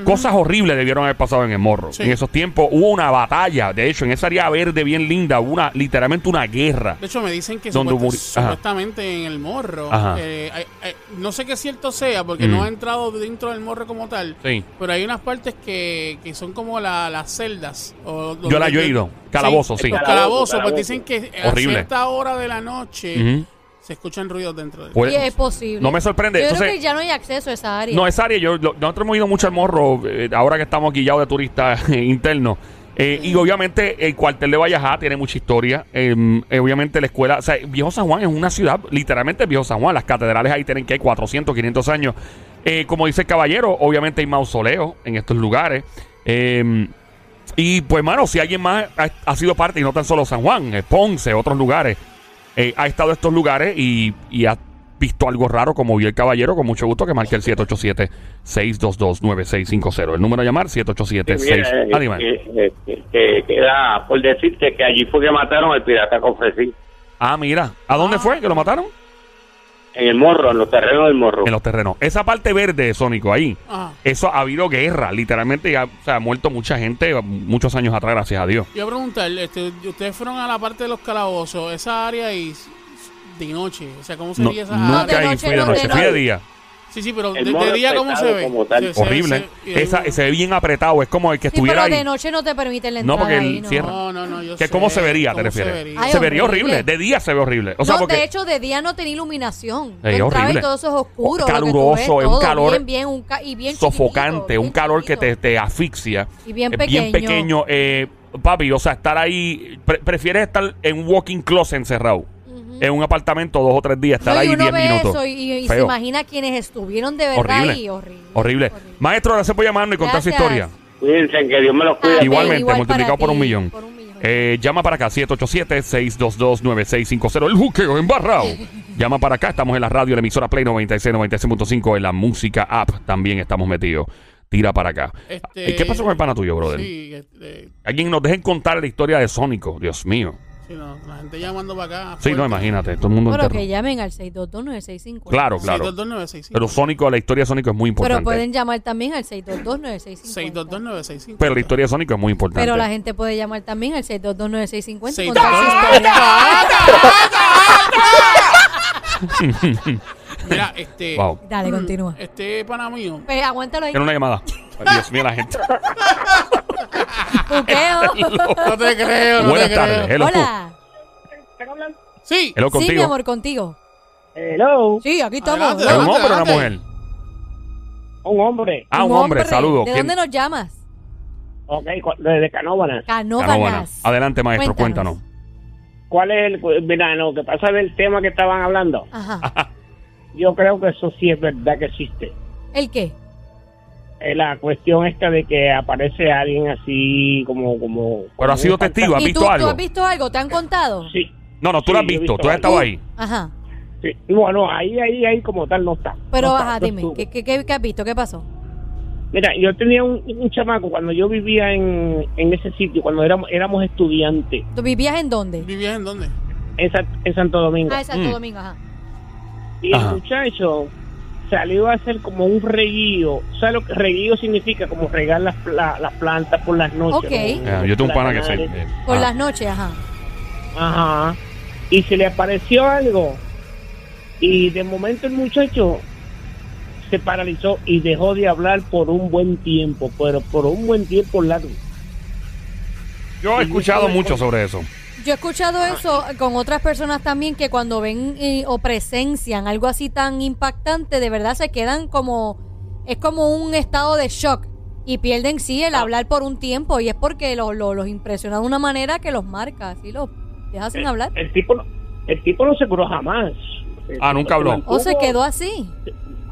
Cosas horribles debieron haber pasado en el morro.
Sí.
En esos tiempos hubo una batalla. De hecho, en esa área verde bien linda, hubo una, literalmente una guerra.
De hecho, me dicen que
Donde
supuesta-
muri- ajá.
supuestamente en el morro,
Ajá.
eh, hay- hay- no sé qué cierto sea, porque
Mm.
no ha entrado dentro del morro como tal,
Sí.
pero hay unas partes que, que son como la- las celdas. O,
Yo la- yo he ido. Calabozos, sí.
Los calabozos, pues
Calabozo, calabozo.
dicen que a
Horrible.
cierta hora de la noche
Ujú. Pues-
se escuchan ruidos dentro del
Puede-
Y es posible.
No me sorprende.
Yo
Entonces-
creo que ya no hay acceso a esa área.
No, esa área, yo, lo- nosotros hemos ido mucho al morro, eh, ahora que estamos guillados de turistas eh, internos. Eh, Y obviamente el cuartel de Vallajá tiene mucha historia. Eh, eh, obviamente la escuela, o sea, Viejo San Juan es una ciudad, literalmente Viejo San Juan. Las catedrales ahí tienen que 400, 500 años. Eh, como dice el caballero, obviamente hay mausoleos en estos lugares. Eh, y pues, mano, si alguien más ha, ha sido parte, y no tan solo San Juan, eh, Ponce, otros lugares, eh, ha estado en estos lugares y, y ha visto algo raro como vio el caballero, con mucho gusto que marque el 787-622-9650. El número a llamar,
Sí, mira,
787-6.
eh, eh, eh, eh, que queda por decirte que allí fue que mataron al pirata Cofresí,
Ah, mira. ¿A dónde fue que lo mataron?
en el morro, en los terrenos del morro.
En los terrenos. Esa parte verde, Sónico, ahí.
Ajá.
Eso ha habido guerra, literalmente. y ha- o sea, ha muerto mucha gente muchos años atrás, gracias a Dios.
Yo voy a preguntar, este, ustedes fueron a la parte de los calabozos, esa área y de noche, o sea, ¿cómo
No,
sería esa
nunca
de
área?
ahí
noche
fui de
no, Ah, de
noche, fui de
noche.
día.
Sí, sí, pero de,
El modo
de día cómo se
espectáculo
ve.
como tal.
Sí, se-
Horrible.
se- y-
Esa, se ve bien apretado. Es como el que
Sí,
estuviera
pero de
ahí.
noche no te permiten la
No,
entrada
porque el
ahí, ¿no?
cierre.
No, no, no, yo
Que
sé
¿Cómo se vería? ¿Te
cómo se
refieres? Se
vería.
vería,
Ay,
horrible.
horrible.
De día se ve horrible. O sea,
no,
porque
de hecho, de día no tenía iluminación. Tú
Es
entrabas
horrible.
y todo eso es oscuro.
O-
lo que tú
caluroso,
ves,
es un
todo
calor
bien, bien, un ca- y bien
sofocante,
chiquitito,
un
bien
calor que te,
chiquito.
te asfixia.
Y bien
Es Bien
pequeño.
pequeño. Eh, papi, o sea, estar ahí. pre- prefieres estar en un walking closet encerrado. En un apartamento dos o tres días, estar
No, y
ahí
uno
10
ve
minutos.
eso y, y- y se
Feo.
imagina quienes estuvieron de verdad
Horrible.
ahí. Horrible.
Horrible. Maestro, gracias por llamarnos y contar su
Gracias.
historia.
Cuídense, que Dios me los cuide.
Amén.
Ah,
Igualmente,
igual
multiplicado
para
por un
ti,
millón.
por un millón.
Eh, llama para acá, 787-622-9650. El juqueo embarrado. llama para acá, estamos en la radio, la emisora Play 96, 96.5, en la música app también estamos metidos. Tira para acá.
Este-
¿Y ¿Qué pasó con el pana tuyo, brother?
Sí, este,
Alguien nos dejen contar la historia de Sónico, Dios mío.
sí, no, la gente llamando para acá.
Sí, no,
fuerte.
imagínate, todo el mundo
Pero
enterró.
que llamen al 6229650.
Claro,
Sí,
claro.
622-9650.
Pero Sónico, la historia de Sónico es muy importante.
Pero pueden llamar también al 6229650.
622-9650.
Pero la historia de Sónico es muy importante.
Pero la gente puede llamar también al 6229650. y
Seis-
contar su
¡Ah!
historia.
Mira, este.
Wow.
Dale, continúa.
Este pana mío.
Pero aguántalo ahí.
Era una llamada. Ay, Dios mío, la gente.
Buqueo.
No te creo, no
Buenas
te
tardes.
creo.
Hello.
Hola.
Sí.
Hello
Sí,
contigo.
mi amor, contigo.
Hello,
Sí, aquí estamos.
Adelante.
¿Es un
Hello.
hombre o una
Adelante.
mujer?
un hombre.
Ah, un hombre, saludos.
¿De
¿Quién-
dónde nos llamas?
Ok, cu- desde Canóvanas.
Canóvana.
Canóvanas.
Ah, Adelante, maestro, cuéntanos.
Cuéntanos.
¿Cuál es el. cu- Mira, lo que pasa del tema que estaban hablando.
Ajá.
Yo creo que eso sí es verdad que existe.
¿El qué?
Eh, la cuestión esta de que aparece alguien así como. como
Pero has sido testigo, has
¿Y tú,
visto
tú
algo.
has visto algo? ¿Te han contado?
Sí.
No, no, tú
Sí,
lo has
yo he
visto,
visto
tú has
algo.
estado ahí.
Ajá.
sí. Y Bueno, ahí, ahí, ahí como tal no está.
Pero,
No está,
ajá,
no
dime,
estuvo.
¿qué, qué, qué, qué has visto? ¿Qué pasó?
Mira, yo tenía un, un chamaco cuando yo vivía en, en ese sitio, cuando éramos, éramos estudiantes
¿Tú vivías en dónde?
¿Vivías en dónde?
en, Sa- en Santo Domingo.
Ah, en Santo
Mm.
Domingo, ajá.
Y
Ajá.
el muchacho salió a hacer como un reguío. ¿Sabes lo que reguío significa? Como regar las, pla- las plantas por las noches.
Ok.
¿no?
Eh, yo tengo un pana que se.
Planares.
eh,
Por
ah.
las noches, ajá.
Ajá. Y se le apareció algo. Y de momento el muchacho se paralizó y dejó de hablar por un buen tiempo, pero por un buen tiempo largo.
Yo he escuchado mucho sobre eso.
Yo he
Ah.
escuchado eso con otras personas también que cuando ven eh, o presencian algo así tan impactante, de verdad se quedan como, es como un estado de shock y pierden sí
Ah.
el hablar por un tiempo y es porque lo- lo- los impresiona de una manera que los marca, así los deja
Eh,
sin hablar.
El tipo no, el tipo no se curó jamás.
Ah, nunca habló.
O se
mantuvo-
quedó así.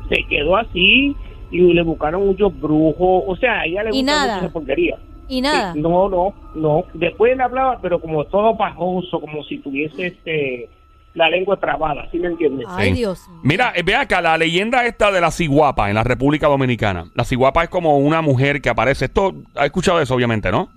se quedó así y le buscaron muchos brujos, o sea, a ella le
Y
gusta
nada.
mucho esa porquería.
Y nada.
Sí, no, no, no. Después él hablaba, pero como todo pajoso, como si tuviese este la lengua trabada, ¿sí me entiendes?
Ay,
Sí.
Dios. mío.
Mira, eh, ve acá la leyenda esta de la ciguapa en la República Dominicana. La ciguapa es como una mujer que aparece. Esto, has escuchado eso, obviamente, ¿no?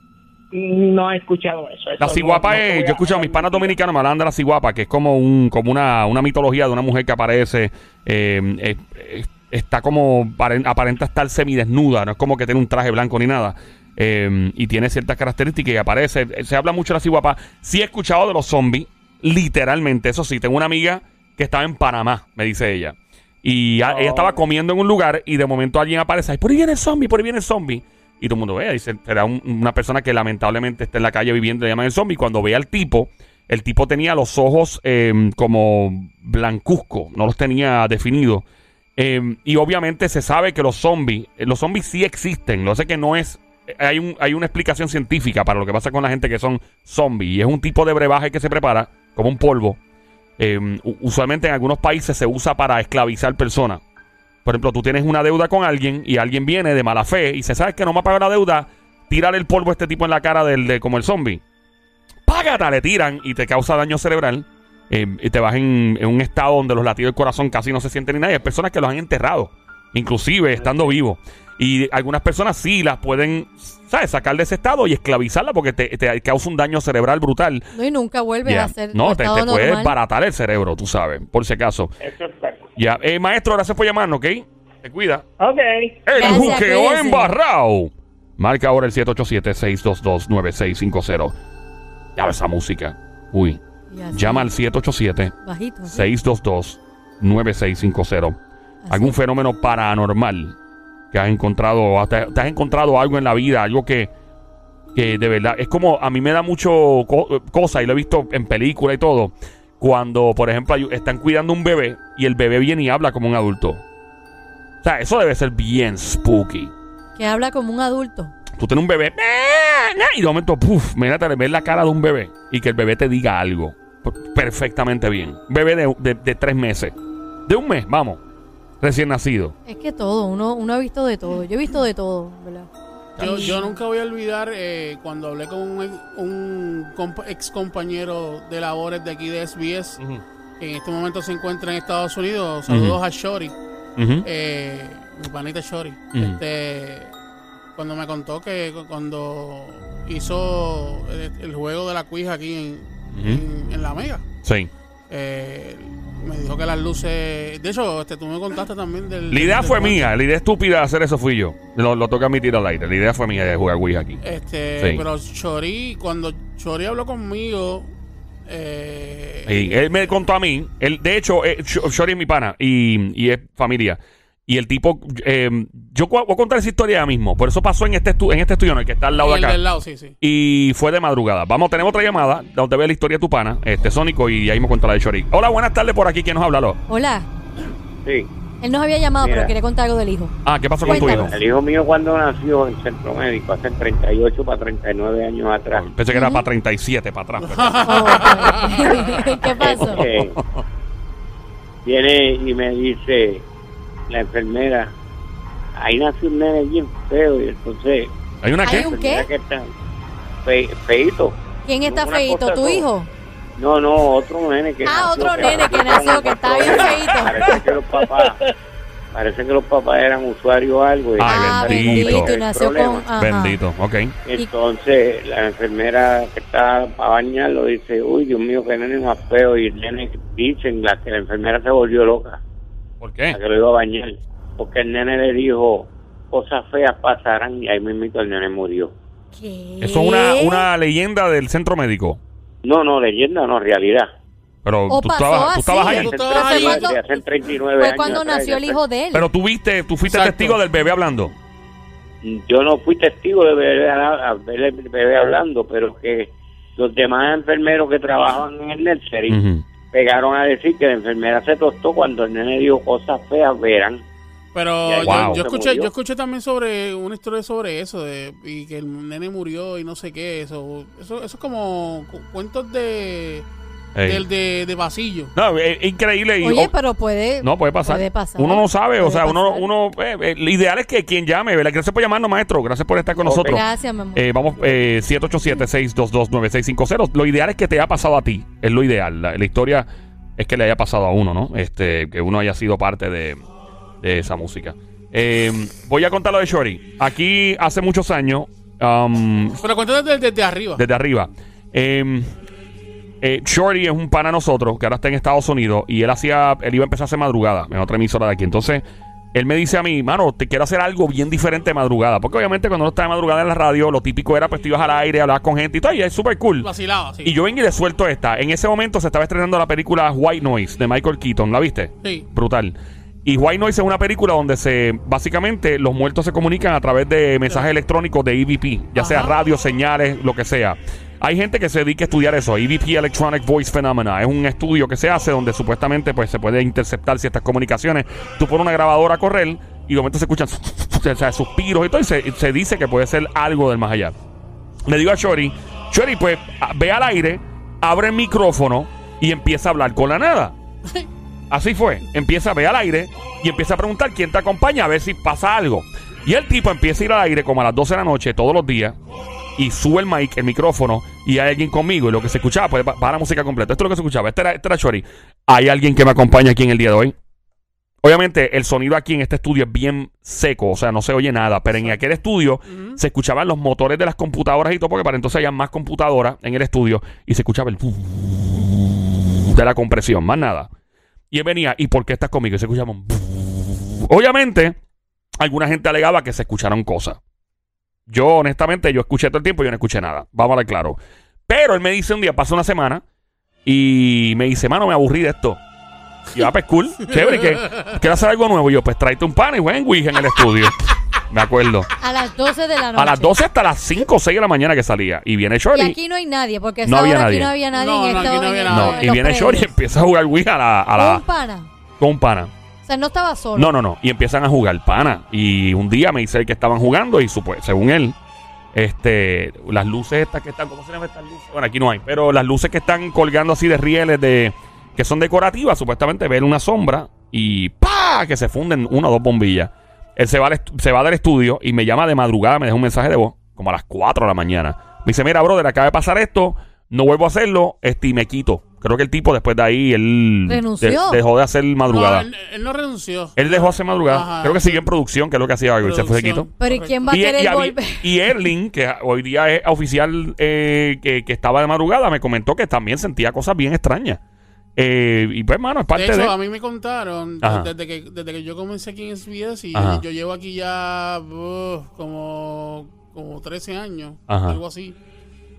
No he escuchado eso.
La
eso
ciguapa
no- no te
es,
voy
yo he escuchado a mis panas dominicanos me hablan de la ciguapa, que es como un, como una, una mitología de una mujer que aparece, eh, eh, eh, está como, paren- aparenta estar semidesnuda, no es como que tiene un traje blanco ni nada, eh, y tiene ciertas características y aparece, Eh, se habla mucho de la ciguapa, sí he escuchado de los zombies, literalmente, eso sí, tengo una amiga que estaba en Panamá, me dice ella, y a- ella estaba comiendo en un lugar y de momento alguien aparece, "Ay, por ahí viene el zombie, por ahí viene el zombie. Y todo el mundo ve, dice, será un- una persona que lamentablemente está en la calle viviendo, le llaman el zombie. Cuando ve al tipo, el tipo tenía los ojos eh, como blancuzco, no los tenía definidos. Eh, y obviamente se sabe que los zombies, eh, los zombies sí existen, lo sé que no es... eh, Hay, un, hay una explicación científica para lo que pasa con la gente que son zombies. Y es un tipo de brebaje que se prepara como un polvo. Eh, u- usualmente en algunos países se usa para esclavizar personas. Por ejemplo, tú tienes una deuda con alguien y alguien viene de mala fe y se sabe que no me ha pagado la deuda, tirar el polvo a este tipo en la cara del, de, como el zombie. Págata, le tiran y te causa daño cerebral. eh, y te vas en, en un estado donde los latidos del corazón casi no se sienten ni nada. y Hay personas que los han enterrado, inclusive estando vivos. Y algunas personas sí las pueden, ¿sabes? Sacar de ese estado y esclavizarla porque te, te causa un daño cerebral brutal.
No, y nunca vuelves
Ya.
a ser
No,
tu
te,
estado
te puede
normal.
desbaratar el cerebro, tú sabes, por si acaso.
Eso es verdad.
Ya, eh, maestro, gracias por llamarnos, ¿ok? Te cuida.
Ok.
El
Gracias,
juqueo
cuídense.
embarrado. Marca ahora el 787-622-9650. Ya esa música. Uy.
Y así,
Llama al 787-622-9650.
Bajito. así.
algún fenómeno paranormal que has encontrado, hasta- te has encontrado algo en la vida, algo que, que de verdad, es como a mí me da mucho co- cosa y lo he visto en película y todo, cuando por ejemplo hay- están cuidando un bebé y el bebé viene y habla como un adulto. O sea, eso debe ser bien spooky.
Que habla como un adulto.
Tú tienes un bebé y de momento, puff, mira, te ves la cara de un bebé y que el bebé te diga algo per- perfectamente bien. Bebé de, de- de tres meses, de un mes, vamos, recién nacido.
Es que todo, uno, uno ha visto de todo. Yo he visto de todo, ¿verdad?
Yo,
Y-
yo nunca voy a olvidar eh, cuando hablé con un, ex- un compa- ex compañero de labores de aquí de SBS, que en este momento se encuentra en Estados Unidos. Saludos a Shori,
Ujú.
eh, mi panita Shori.
Ujú.
este, cuando me contó que cu- cuando hizo el, el juego de la cuija aquí en, en- en La Mega,
Sí.
eh, me dijo que las luces. De hecho, este, tú me contaste también del.
La idea
del
fue
cuento.
mía, la idea estúpida de hacer eso fui yo. Lo, lo toca mi tiro al aire. La idea fue mía de jugar Ouija aquí.
Este,
Sí.
pero Chori, cuando Chori habló conmigo, eh,
Y él me contó a mí, él, de hecho, eh, Sh- Shori es mi pana y, y es familia. Y el tipo, eh, yo cu- voy a contar esa historia ahora mismo. Por eso pasó en este, estu- en este estudio, en el que está al lado de
el
acá.
del lado, sí, sí.
Y fue de madrugada. Vamos, tenemos otra llamada donde ve la historia de tu pana, este Sónico, y ahí me cuenta la de Chori. Hola, buenas tardes por aquí. ¿Quién nos habla? Aló?
Hola.
Sí.
Él nos había llamado,
Mira.
pero quería contar algo del hijo.
Ah, ¿qué pasó con tu hijo?
Cuéntanos.
El hijo mío cuando nació en centro médico, hace 38 para 39 años atrás.
Pensé que era para 37, para atrás. pero-
Oh, ¿Qué pasó?
Este, viene y me dice la enfermera, ahí nació un nene bien feo y entonces...
¿Hay una
Hay
qué?
un-
enfermera
qué?
que está fe- feito.
¿Quién está
Una
feito?
cosa
¿Tu
no.
hijo?
No, no, otro nene que
Ah,
nació,
otro nene que
parecía
nació,
un
que está
usuario.
bien feíto.
Parece que los papás, parece que los papás eran usuarios o algo.
Ay,
y-
ah,
bendito.
Y nació
Problema.
con. ajá.
Bendito, ok.
Entonces la enfermera que está para bañarlo dice, uy, Dios mío, qué nene más feo. Y el nene, dicen la, que la enfermera se volvió loca,
¿Por
la
qué?
que lo iba a bañar. Porque el nene le dijo, cosas feas pasarán y ahí mismo el nene murió.
¿Qué?
Eso es una, una leyenda del centro médico.
No, no, leyenda, no, realidad.
Pero
O
tú
pasó
estabas, tú
así.
estabas ahí.
Tú
Hace
estabas ahí.
39, de hace 39
Fue
años
cuando
atrás,
nació el
ya
hijo de él.
Pero tú viste, tú fuiste
Exacto.
testigo del bebé hablando.
yo no fui testigo de ver a- ver el bebé hablando, pero que los demás enfermeros que trabajaban en el nursery
Ujú.
pegaron a decir que la enfermera se tostó cuando el nene dijo cosas feas, verán.
Pero
Ya,
yo,
wow.
yo
Se
escuché,
murió.
yo escuché también sobre una historia sobre eso, de, y que el nene murió y no sé qué, eso, eso, eso es como cu- cuentos de,
Ey.
del de, de pasillo.
No, es, es increíble. y-
Oye,
oh,
pero puede.
no, puede pasar.
puede pasar.
Uno no sabe, o
Puede
sea, uno,
pasar.
uno eh, eh, lo ideal es que quien llame, ¿verdad? Gracias por llamarnos, maestro. Gracias por estar con
Ok.
nosotros.
Gracias, mi amor.
Eh, vamos, eh, 787-622-9650. Lo ideal es que te haya pasado a ti. Es lo ideal. La, la historia es que le haya pasado a uno, ¿no? Este, que uno haya sido parte de, de esa música. Eh, voy a contar lo de Shori. Aquí hace muchos años, um,
Pero cuéntate desde, desde arriba.
desde arriba. Eh, eh, Shorty es un pana de nosotros que ahora está en Estados Unidos y él hacía, él iba a empezar a hacer madrugada en otra emisora de aquí. Entonces, él me dice a mí, mano, te quiero hacer algo bien diferente de madrugada. Porque obviamente cuando uno está de madrugada en la radio, lo típico era pues tú ibas al aire, hablabas con gente y todo, y es súper cool.
Vacilaba, sí.
Y yo vengo y le suelto esta. En ese momento se estaba estrenando la película White Noise de Michael Keaton, ¿la viste?
Sí.
Brutal. Y White Noise es una película donde se básicamente los muertos se comunican a través de mensajes electrónicos de EVP, ya sea
Ajá.
radio, señales, lo que sea. Hay gente que se dedica a estudiar eso, EVP Electronic Voice Phenomena. Es un estudio que se hace donde supuestamente pues, se puede interceptar ciertas comunicaciones. Tú pones una grabadora a correr y de momento se escuchan o sea, suspiros y todo, y se, se dice que puede ser algo del más allá. Le digo a Chori, Chori, pues a- ve al aire, abre el micrófono y empieza a hablar con la nada. Así fue. Empieza a ver al aire y empieza a preguntar quién te acompaña a ver si pasa algo. Y el tipo empieza a ir al aire como a las 12 de la noche todos los días y sube el mic, el micrófono y hay alguien conmigo. Y lo que se escuchaba, pues ba- baja la música completa. Esto es lo que se escuchaba. Este era, este era Chori. Hay alguien que me acompaña aquí en el día de hoy. Obviamente, el sonido aquí en este estudio es bien seco, o sea, no se oye nada, pero en aquel estudio se escuchaban los motores de las computadoras y todo, porque para entonces había más computadoras en el estudio y se escuchaba el de la compresión, más nada. Y él venía, ¿y por qué estás conmigo? Y se escuchaba un Obviamente, alguna gente alegaba que se escucharon cosas. Yo, honestamente, yo escuché todo el tiempo y yo no escuché nada. Vamos a hablar claro. Pero él me dice un día, pasa una semana, y me dice, mano, me aburrí de esto. Y yo, ah, pues cool, chévere, que quiero hacer algo nuevo. Y yo, pues tráete un pan y buen Wig en el estudio. Me acuerdo.
A las 12 de la noche.
A las 12 hasta las 5 o 6 de la mañana que salía. Y viene
Y
Shorty.
aquí no hay nadie, porque a
No
esa
había
hora
nadie.
aquí no había nadie
No,
en
no,
esta
aquí no había nadie.
No, y viene Shorty y empieza a jugar Wii a la, a la-
Un pana.
con un pana.
O sea, no estaba solo.
No, no, no. Y empiezan a jugar pana. Y un día me dice él que estaban jugando y supo- según él, este, las luces estas que están, ¿cómo se llaman estas luces? Bueno, aquí no hay, pero las luces que están colgando así de rieles de que son decorativas, supuestamente ven una sombra y pa que se funden una o dos bombillas. Él se va, al estu- se va del estudio y me llama de madrugada, me deja un mensaje de voz, como a las 4 de la mañana. Me dice, mira, brother, acaba de pasar esto, no vuelvo a hacerlo, este, y me quito. Creo que el tipo después de ahí, él
Renunció.
de- dejó de hacer
No,
madrugada.
él, él no renunció.
Él dejó hace madrugada.
Ajá.
Creo que sigue en producción, que es lo que hacía algo. Y se fue, se quitó.
Producción.
Pero ¿y quién va a
Y,
querer
y a mí-
volver?
y Erling, que hoy día es oficial eh, que, que estaba de madrugada, me comentó que también sentía cosas bien extrañas. Eh, y pues, mano, es
De
parte de.
hecho, a mí me contaron
Ajá.
desde que, desde que yo comencé aquí en SBS y
Ajá.
yo llevo aquí ya buf, como, como 13 años,
Ajá.
algo así.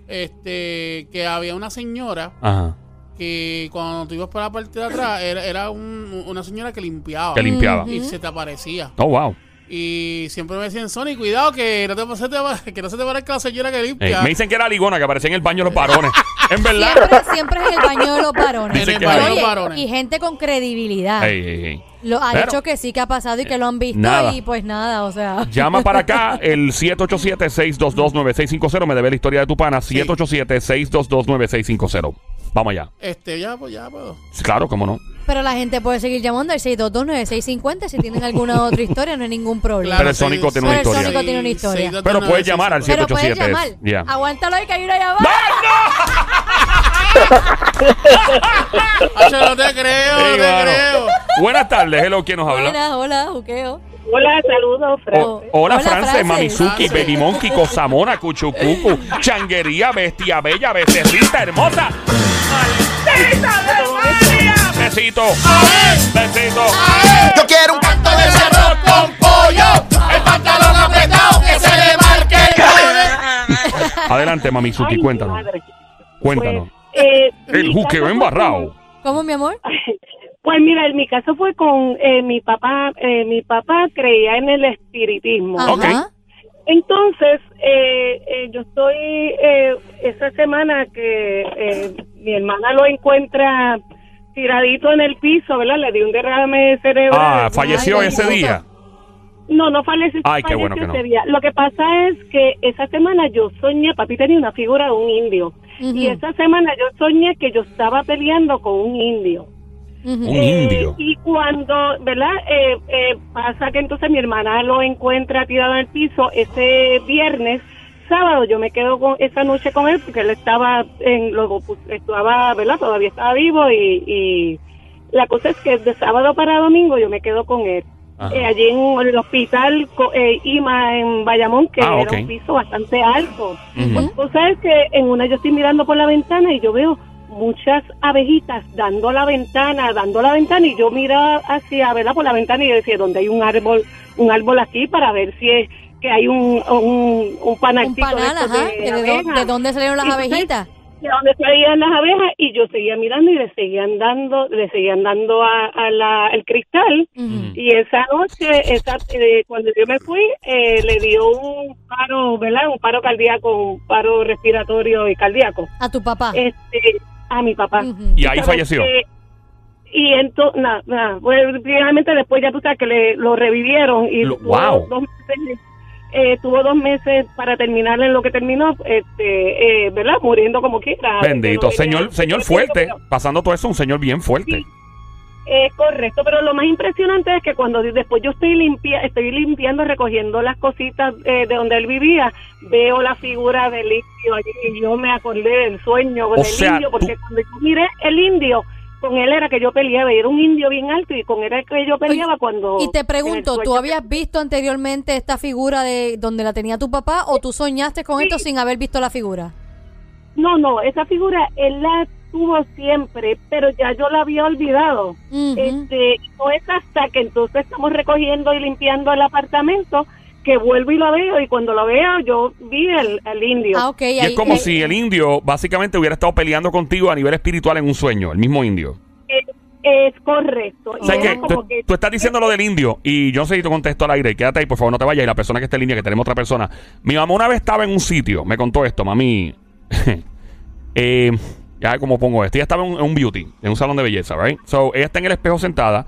Este, que había una señora
Ajá.
que cuando tú ibas para la parte de atrás era, era un- una señora que limpiaba
Que limpiaba.
y se te aparecía.
Oh, wow.
Y siempre me decían, Sony, cuidado que no te pase- te va- que no se te parezca la señora que
Eh,
limpia.
me dicen que era Ligona, que aparecía en el baño de los varones. en verdad.
Siempre, siempre es en el baño de los varones.
Dicen
En el
que
baño
hay.
de
Oye,
los varones.
y gente con credibilidad.
Ey, ey, ey.
Lo ha
Pero-
dicho que sí que ha pasado y que lo han visto
Nada.
y pues nada, o sea.
Llama para acá el 787-622-9650. Me debe la historia de tu pana. 787-622-9650. Vamos allá.
Este, ya, pues ya, puedo.
Claro, cómo no.
Pero la gente puede seguir llamando al 6229650 si tienen alguna otra historia, no hay ningún problema.
Pero el Sónico tiene una Pero el historia.
Sónico tiene una historia.
Pero puedes llamar al
Pero puedes
787
llamar.
Ya.
Aguántalo ahí que hay una llamada.
Acho, no te creo,
Ey,
no te
mano.
creo.
Buenas tardes, hello, ¿quién nos habla?
Hola, hola, juqueo.
Hola, saludos, Fran.
O- hola,
Hola,
France,
Frances.
Mamizuki,
Frances.
Baby Monkey, Cosamona, Cuchucucu, Changuería, Bestia Bella, Becerrita Hermosa. ¡Maldita de María! Besito. Besito.
Yo quiero un canto de ese arroz con pollo, el pantalón apretado que se le marque el culo.
Adelante, Mamizuki,
Ay,
cuéntanos.
madre.
Cuéntanos.
Pues, eh,
El
mi
juqueo
caso
embarrado.
¿Cómo, mi amor?
fue con- Pues mira, en mi caso fue con eh, mi papá. eh, mi papá creía en el espiritismo.
Ajá.
Ok.
Entonces, eh, eh, yo estoy eh, esa semana que eh, mi hermana lo encuentra tiradito en el piso, ¿verdad? Le dio un derrame cerebral.
Ah, falleció
Ay,
ese
bendito.
día.
No, no falleció.
Ay, qué bueno que
falleció
no.
ese día. Lo que pasa es que esa semana yo soñé, papi tenía una figura de un indio.
Ujú,
Y esa semana yo soñé que yo estaba peleando con un indio.
ujú.
Un
Eh,
indio.
Y cuando, ¿verdad? Eh, eh, pasa que entonces mi hermana lo encuentra tirado en el piso ese viernes. Sábado yo me quedo con, esa noche con él porque él estaba en luego pues, estaba, ¿verdad? Todavía estaba vivo y, y la cosa es que de sábado para domingo yo me quedo con él.
Ajá.
Eh, allí en el hospital co- eh, IMA en Bayamón, que
Ah, ok.
era un piso bastante alto.
Ujú.
Tú sabes que en una yo estoy mirando por la ventana y yo veo muchas abejitas dando a la ventana, dando a la ventana y yo miraba hacia, ¿verdad? Por la ventana y yo decía, ¿dónde hay un árbol, un árbol aquí para ver si es que hay un, un, un panal
Un panal, ajá. que ¿De, dó- de dónde salieron las
Y tú
abejitas?
de donde salían las abejas y yo seguía mirando y le seguían dando, le seguían dando a, a la, al cristal
Ujú.
Mm.
y esa noche, esa, eh, cuando yo me fui, eh, le dio un paro, ¿verdad? Un paro cardíaco, un paro respiratorio y cardíaco.
A tu papá.
Este, a mi papá.
Ah. Ujú.
Y ahí
¿Sabes
falleció.
qué? Y entonces, nada, pues, finalmente después ya tú sabes que le, lo revivieron y
Lo-
tuvo,
wow.
dos meses, eh, tuvo dos meses para terminar en lo que terminó, este, eh, ¿verdad? Muriendo como quiera.
Bendito.
Este, no tenía-
Señor, señor fuerte. Pasando todo eso, un señor bien fuerte.
Eh, correcto, pero lo más impresionante es que cuando di- después yo estoy limpia, estoy limpiando, recogiendo las cositas eh, de donde él vivía, veo la figura del indio allí y yo me acordé del sueño del
sea,
indio, porque
tú-
cuando yo miré el indio, con él era que yo peleaba, y era un indio bien alto y con él era que yo peleaba cuando...
Y te
en
pregunto,
el
¿tú
sueño-
habías visto anteriormente esta figura de donde la tenía tu papá o tú soñaste con esto sin haber visto la figura?
No, no, esa figura él la tuvo siempre, pero ya yo la había olvidado.
Ujú.
Este, no es hasta que entonces estamos recogiendo y limpiando el apartamento que vuelvo y lo veo y cuando lo veo yo vi el, al indio.
Ah, ok.
Y es como si el indio básicamente hubiera estado peleando contigo a nivel espiritual en un sueño, el mismo indio.
Eh, Es correcto.
O sea,
Y
que
era como
tú,
que-
tú estás diciendo lo del indio y yo no sé si te contesto al aire. Quédate ahí, por favor, no te vayas. Y la persona que está en línea, que tenemos otra persona. Mi mamá una vez estaba en un sitio, me contó esto, mami. eh, ya cómo pongo esto. Ella estaba en un, en un beauty, en un salón de belleza, ¿right? So, ella está en el espejo sentada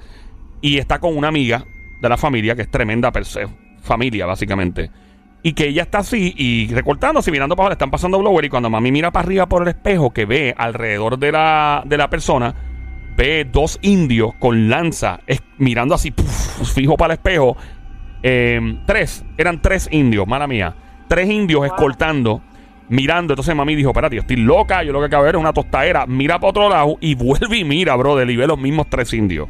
y está con una amiga de la familia que es tremenda perseo, familia, básicamente. Y que ella está así y recortándose y mirando para abajo, le están pasando blower. Y cuando mami mira para arriba por el espejo, que ve alrededor de la, de la persona, ve dos indios con lanza es- mirando así, puf, fijo para el espejo. Eh, tres, eran tres indios, mala mía. Tres indios escoltando, mirando. Entonces mami dijo: Espérate, yo estoy loca, yo lo que acabo de ver es una tostadera. Mira para otro lado y vuelve y mira, brother, y ve los mismos tres indios.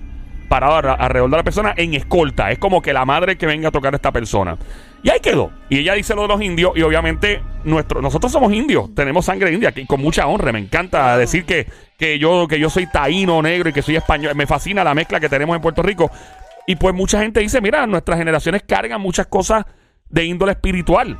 Parados alre- alrededor de la persona en escolta. Es como que la madre que venga a tocar a esta persona. Y ahí quedó. Y ella dice lo de los indios. Y obviamente nuestro, nosotros somos indios. Tenemos sangre india. Y con mucha honra. Me encanta decir que, que, yo, que yo soy taíno negro y que soy español. Me fascina la mezcla que tenemos en Puerto Rico. Y pues mucha gente dice, mira, nuestras generaciones cargan muchas cosas de índole espiritual.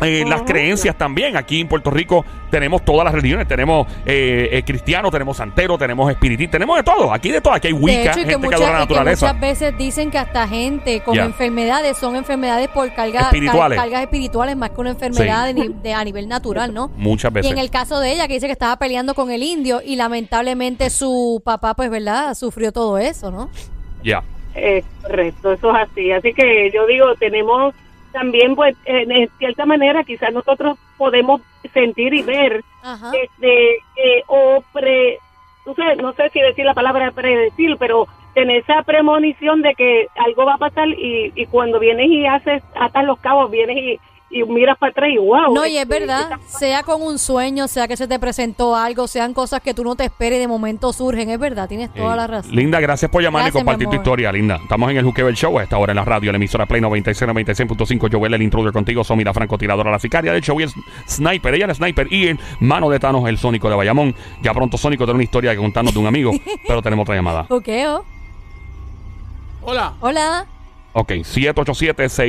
Eh, las creencias también. Aquí en Puerto Rico tenemos todas las religiones. Tenemos eh, eh, cristiano, tenemos santero, tenemos espiritista, tenemos de todo. Aquí de todo. Aquí hay wicca,
de hecho, y
gente
que,
que adora
muchas,
la
y que
naturaleza.
muchas veces dicen que hasta gente con
Ya.
enfermedades son enfermedades por cargas
Espirituales.
cargas espirituales más que una enfermedad de, ni- de- a nivel natural, ¿no?
Muchas
Y
veces.
en el caso de ella, que dice que estaba peleando con el indio y lamentablemente su papá, pues, ¿verdad? Sufrió todo eso, ¿no?
Ya.
Es correcto, eso es así. Así que yo digo, tenemos también, pues, en en cierta manera, quizás nosotros podemos sentir y ver,
Ajá.
este, eh, o pre, no sé, no sé si decir la palabra predecir, pero tener esa premonición de que algo va a pasar y, y cuando vienes y haces, atas los cabos, vienes y, y miras para atrás y wow.
No, y es
este,
verdad, sea con un sueño, sea que se te presentó algo, sean cosas que tú no te esperes y de momento surgen, es verdad, tienes toda
Eh,
la razón.
Linda, gracias por llamar y
Gracias,
compartir tu
mi amor.
historia, Linda. Estamos en el Juquebel Show a esta hora en la radio, la emisora Play 96, 96.5. Joel, el intruder contigo, Somi, la francotiradora, la sicaria del show y el sniper. Ella, la sniper y el mano de Thanos, el sónico de Bayamón. Ya pronto Sónico tiene una historia que contarnos de un amigo, pero tenemos otra llamada.
Juqueo.
Hola.
oh, Hola.
Ok,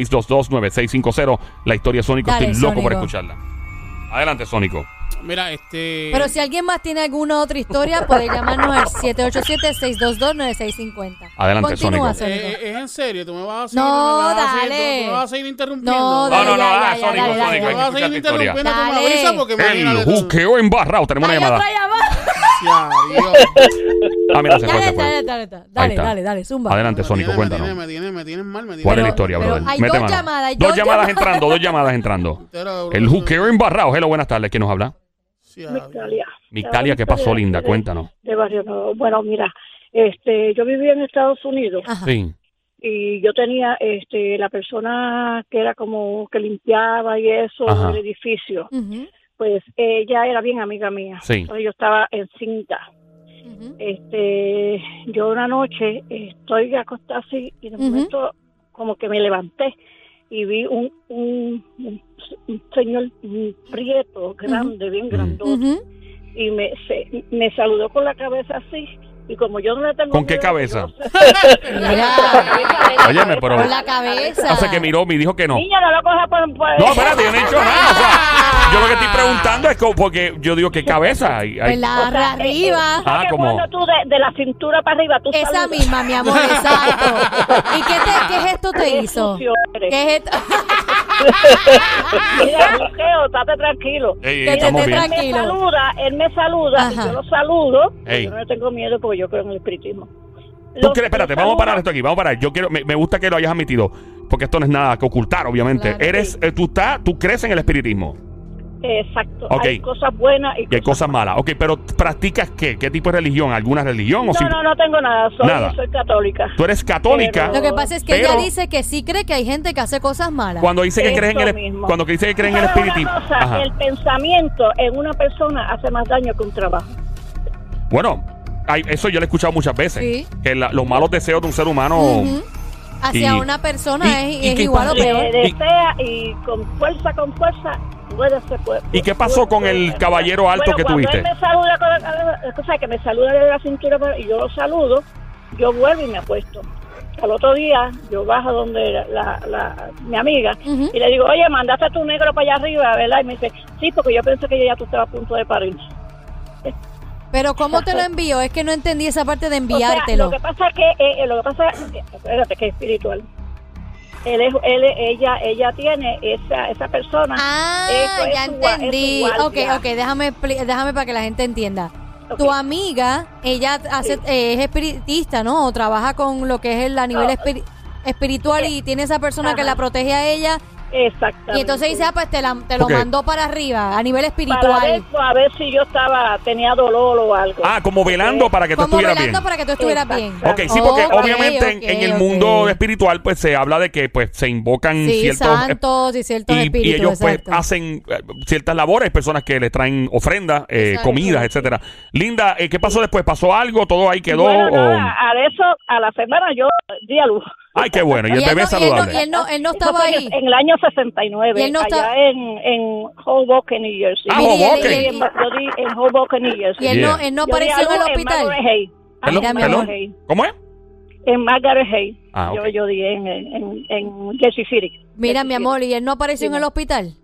787-622-9650. La historia de Sónico,
Dale,
estoy loco por
Sónico.
escucharla. Adelante, Sónico.
Mira, este.
Pero si alguien más tiene alguna otra historia, puede llamarnos al 787-622-9650.
Adelante,
Continúa,
Sónico.
eh,
Sónico.
eh, es en serio, tú me vas a seguir.
No,
me vas a seguir-
dale.
tú- tú me vas a seguir interrumpiendo.
No,
No,
dale,
no, no,
ya,
ah,
ya,
Sónico,
dale, dale.
Sónico,
Me
hay que
vas a
escuchar
seguir
tu historia.
interrumpiendo, tú me
Dale.
avisas porque
El
imagínate tú.
juqueo embarrado. Tenemos una
Hay
llamada.
otra llamada.
Ya, Dios.
Ah, mira, se fue,
Dale,
se fue.
dale, dale, dale, dale,
está.
dale, dale, zumba.
Adelante, Sónico,
me
cuéntanos.
Tienes, me tienes, me tienes mal, me tienes
¿Cuál es la
mal.
historia,
pero
brother?
hay
Mete
dos
mano.
llamadas, hay
dos,
dos
llamadas
llamadas.
entrando, dos llamadas entrando.
Entero, bro.
El juqueo embarrado. Hello, buenas tardes. ¿Quién nos habla?
Ya, Dios.
Migdalia.
Mictalia, ¿qué pasó, linda?
De-
Cuéntanos.
de Barrio Nuevo. Bueno, mira, este, yo vivía en Estados Unidos
Ajá.
Sí.
y yo tenía este, la persona que era como que limpiaba y eso
Ajá.
el edificio.
Ujú,
Pues ella era bien amiga mía.
Sí.
Entonces yo estaba en cinta.
ujú.
Este, yo una noche estoy acostada así y de
Ujú.
momento como que me levanté y vi un, un, un- un señor un prieto grande, bien
Ujú.
grandote
Ujú.
y me, se- me saludó con la cabeza así. Y como yo no le tengo
¿Con qué
miedo,
cabeza?
yo-
Mira,
Óyeme, pero.
con la cabeza.
O sea, que miró y dijo que no.
Niña, no lo coja por... por-
No, espérate, yo no he hecho nada. o sea, yo lo que estoy preguntando es como- porque yo digo, ¿qué cabeza? Ay, ay.
Pues la
O sea, eh,
arriba.
o sea,
Ah,
que
como-
cuando tú de, de la cintura para arriba, tú
Esa
saludas.
misma, mi amor, exacto. ¿Y qué, te, qué gesto te
Qué
hizo?
sucio eres.
¿Qué gesto?
Mira, buqueo, estate tranquilo.
Ey,
que
ey,
te
estamos
esté
bien.
Me
Tranquilo.
saluda, él me saluda, y
Ajá.
yo lo saludo.
Ey.
Yo no le tengo miedo porque yo creo en el espiritismo.
Tú
Lo-
crees, espérate,
lo
vamos a
saluda.
parar esto aquí, vamos a parar. Yo quiero, me, me gusta que lo hayas admitido, porque esto no es nada que ocultar, obviamente.
Claro.
Eres, eh, tú estás, tú crees en el espiritismo
Exacto.
Ok.
Hay cosas buenas y
y hay cosas malas. Ok, pero ¿practicas qué? ¿Qué tipo de religión? ¿Alguna religión? o
No,
sim-
no, no tengo nada. Soy,
Nada.
soy católica.
Tú eres católica.
Lo que pasa es que
Pero-
ella dice que sí cree que hay gente que hace cosas malas.
Cuando dice que crees en
Eso
el
mismo.
cuando dice que creen en el
¿Sabes
espiritismo.
Una cosa,
Ajá.
el pensamiento en una persona hace más daño que un trabajo.
Bueno, hay- eso yo lo he escuchado muchas veces.
Sí.
Que la- los malos deseos de un ser humano.
Ujú. Hacia
Y-
una persona
y-
es,
y
es
que
igual o
pasa-
Le
Eh,
peor.
Y-
desea y con fuerza, con fuerza, puede ser cuerpo.
¿Y qué pasó con el caballero alto
Bueno,
que
cuando
tuviste?
Él me saluda con la cabeza, o sea, que me saluda de la cintura para- y yo lo saludo, yo vuelvo y me apuesto. Al otro día yo bajo donde la, la- la- mi amiga
Ujú.
y le digo, oye, mandaste a tu negro para allá arriba, ¿verdad? Y me dice, sí, porque yo pensé que ya tú estabas a punto de parir.
Pero ¿cómo te lo envío? Es que no entendí esa parte
O
de
sea,
enviártelo.
lo que pasa es que eh, eh, lo que pasa espérate que es espiritual. Él es, él, ella, ella tiene esa, esa persona.
Ah,
Eso es
ya
su gua- es su
entendí. Ok,
guardia.
ok, déjame, expli- déjame para que la gente entienda.
Ok.
Tu amiga, ella hace, eh, es espiritista, ¿no? O trabaja con lo que es el, a nivel
Ah,
espiri- espiritual y tiene esa persona que
ajá.
la protege a ella.
Exactamente.
Y entonces dice, ah, pues te, la- te lo
Ok.
mandó para arriba, a nivel
para ver,
espiritual.
a ver si yo estaba tenía dolor o algo.
Ah, como velando para que tú
Como
estuvieras
velando
bien.
para que tú estuvieras
Exacto.
bien.
Ok, sí, porque
Ok,
obviamente en-
ok,
en, el
ok.
mundo espiritual pues se habla de que pues se invocan
Sí,
ciertos
santos y ciertos
y, y
espíritus.
ellos pues
exacto.
hacen eh, ciertas labores, personas que les traen ofrendas, eh,
Exacto.
comidas, etcétera. Linda, eh, ¿qué pasó después? ¿Pasó algo? ¿Todo ahí quedó?
Bueno,
o-
nada, a eso, a la semana yo di a luz.
Ay, qué bueno, y el
Y él
bebé
no- y él no-
saludable.
y él no, él no
Eso
estaba
fue en
ahí.
el- En el año 69,
Y él no
allá
estaba-
en, en Hoboken, New Jersey.
Ah,
Mira, y él-
Hoboken.
y
Sí,
él-
en- yo di en Hoboken, New Jersey.
Y él no,
Yeah.
él no
Yo di
apareció
a
en el
luz En
hospital.
Margaret Hay. Ah,
Perdón,
mira, mi
perdón.
amor.
Hay.
¿Cómo es?
En Margaret Hay.
Ah, ok.
Yo, yo di en, en, en Jersey City.
Mira,
Jersey City.
mi amor, y él no apareció en el hospital.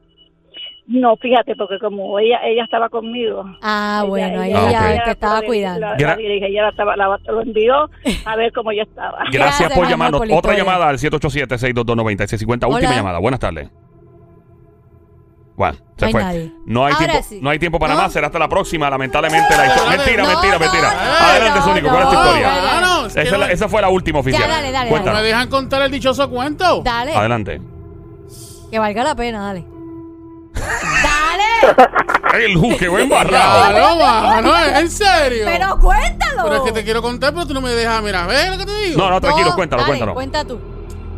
No, fíjate, porque como ella ella estaba conmigo.
Ah,
ella-
bueno, ahí
Ah,
ella
ok.
es que estaba
la-
cuidando.
La,
Gra-
la dirige, ella la estaba, la, lo envió a ver cómo yo estaba.
Gracias,
Gracias, mi
por
amor,
llamarnos.
por la
Otra
historia.
llamada al 787-622-9650. Última
Hola.
llamada. Buenas tardes. Bueno, se
No hay
fue.
nadie.
No hay
Ahora
tiempo,
sí.
no hay tiempo para
No.
más. Será hasta la próxima, lamentablemente. La historia.
No,
Mentira,
no,
mentira,
no,
mentira.
no,
Adelante,
no,
Sónico, ¿cuál es tu
no,
historia?
no,
Claro,
Esa, es la- esa fue la última oficial.
dale, dale,
No
Cuéntanos.
me dejan contar el dichoso cuento.
Dale,
Adelante.
que valga la pena, dale. ¡Dale!
El juque, buen barrado.
Claro, mano, en serio.
¡Pero cuéntalo!
Pero es que te quiero contar, pero tú no me dejas. Mira, ¿ves lo que te digo?
No, no, tranquilo,
No,
cuéntalo,
dale,
cuéntalo.
cuenta tú.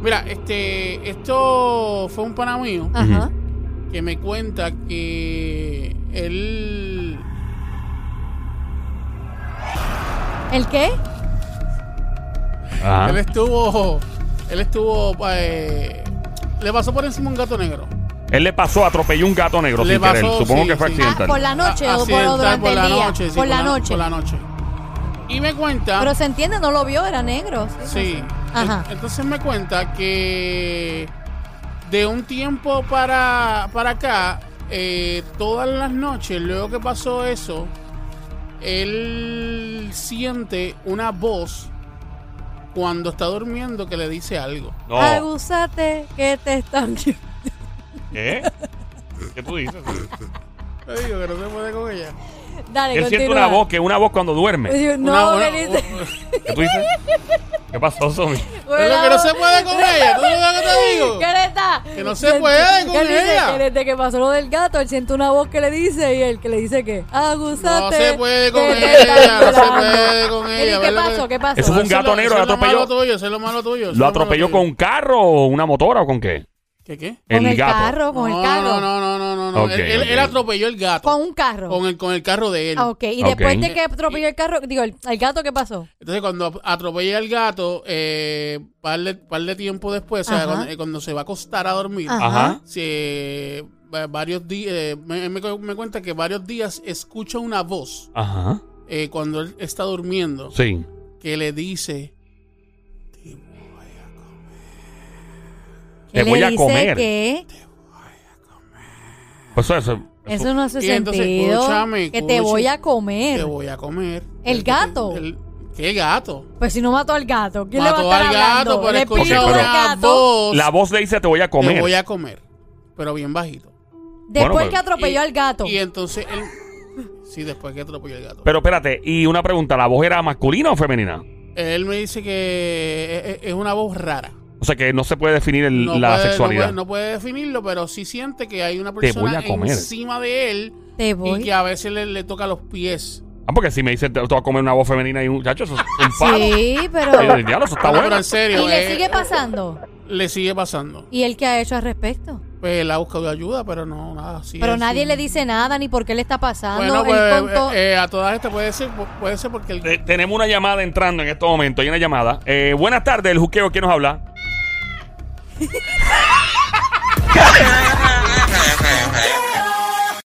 Mira, este, esto fue un pana mío
Ajá.
que me cuenta que él.
¿El qué?
Ajá. Ah.
Él estuvo. Él estuvo. eh, le pasó por encima un gato negro.
Él le pasó, atropelló un gato negro
Le
sin querer.
pasó,
Supongo
sí,
que fue
sí.
Ah,
accidental.
¿Por la noche o por,
Accidental,
durante el día?
sí,
por la noche.
Por la noche. Y me cuenta.
Pero se entiende, no lo vio, era negro.
Sí. Eh,
Ajá.
En- Entonces me cuenta que de un tiempo para, para acá, eh, todas las noches, luego que pasó eso, él siente una voz cuando está durmiendo que le dice algo.
No.
Agúzate que te están...
¿Qué? ¿Qué tú dices?
Le digo que no se puede con ella.
Dale,
Él
continúa.
siente una voz, que es una voz cuando duerme.
Yo, No,
Una-
que
una-
dice-
¿Qué tú dices? ¿Qué pasó, Somi?
Pero que no se puede con ella, ¿tú sabes lo que te digo?
¿Qué le está?
Que no se puede con
Que él dice
ella.
que desde que pasó lo del gato, él siente una voz que le dice y él que le dice que agúzate.
No se puede con
que te
ella, no
están
se
violando".
puede con
Mira, ¿y
ella,
¿Qué
¿verdad
pasó?
que-
¿Qué pasó?
Eso fue un
Eso es lo-
gato negro,
eso
lo
es lo malo
atropelló.
tuyo, eso es lo malo tuyo. eso es
¿Lo
malo
atropelló
tuyo.
con un carro o una motora o con qué?
¿Qué qué?
Con el
gato.
carro, con el carro.
No, no, no, no, no, no.
Ok,
él, él-
ok.
él atropelló el gato.
Con un carro.
Con el, con el carro de él.
Ah, ok, y
Ok.
después de que atropelló el carro, digo, el, el gato, ¿qué pasó?
Entonces, cuando atropella al gato, eh, par, de, par de tiempo después, o sea,
Ajá.
cuando, eh, cuando se va a acostar a dormir,
Ajá.
Ajá.
se, va- varios días, me, me cu- me cuenta que varios días escucha una voz
Ajá.
eh, cuando él está durmiendo
Sí.
que le dice,
Te
Él le
voy a
dice
comer.
que
Pues eso, eso-
eso no hace
Y entonces,
sentido.
escúchame,
que te voy a
te
comer.
voy a comer.
¿El
Entonces,
gato?
el- ¿Qué gato?
Pues si no mató al gato, ¿quién le
Mató
va a estar
al
hablando?
gato,
El
pero
espíritu
escuchó
Ok,
del
pero-
una
gato.
voz.
La voz le dice te voy a
Te
comer.
voy a comer, pero bien bajito.
Después
Bueno,
que
pero-
atropelló
Y-
al gato.
Y entonces él. Sí, después que atropelló el gato.
Pero espérate, y una pregunta, ¿la voz era masculina o femenina?
él me dice que e, es, es una voz rara.
O sea que no se puede definir el-
No
la
puede,
sexualidad.
No puede, no puede definirlo, pero sí siente que hay una
Te voy
persona
a comer.
encima de él
te
y
voy.
que a veces le, le toca los pies.
Ah, porque si me dicen te, te voy a comer una voz femenina y un chacho, eso es un palo.
Sí,
Y yo,
pero.
diablo, eso está
No,
bueno.
pero en serio,
Y le
eh,
sigue pasando.
le sigue pasando.
¿Y él qué ha hecho al respecto?
Pues él ha buscado ayuda, pero no, nada. sigue
Pero
así.
nadie le dice nada ni por qué le está pasando.
Bueno, pues,
él contó-
eh, eh, a todas estas puede ser, puede ser porque el
Eh, tenemos una llamada este entrando en estos momentos. Hay una llamada. Eh, buenas tardes, el juqueo, ¿quién nos habla?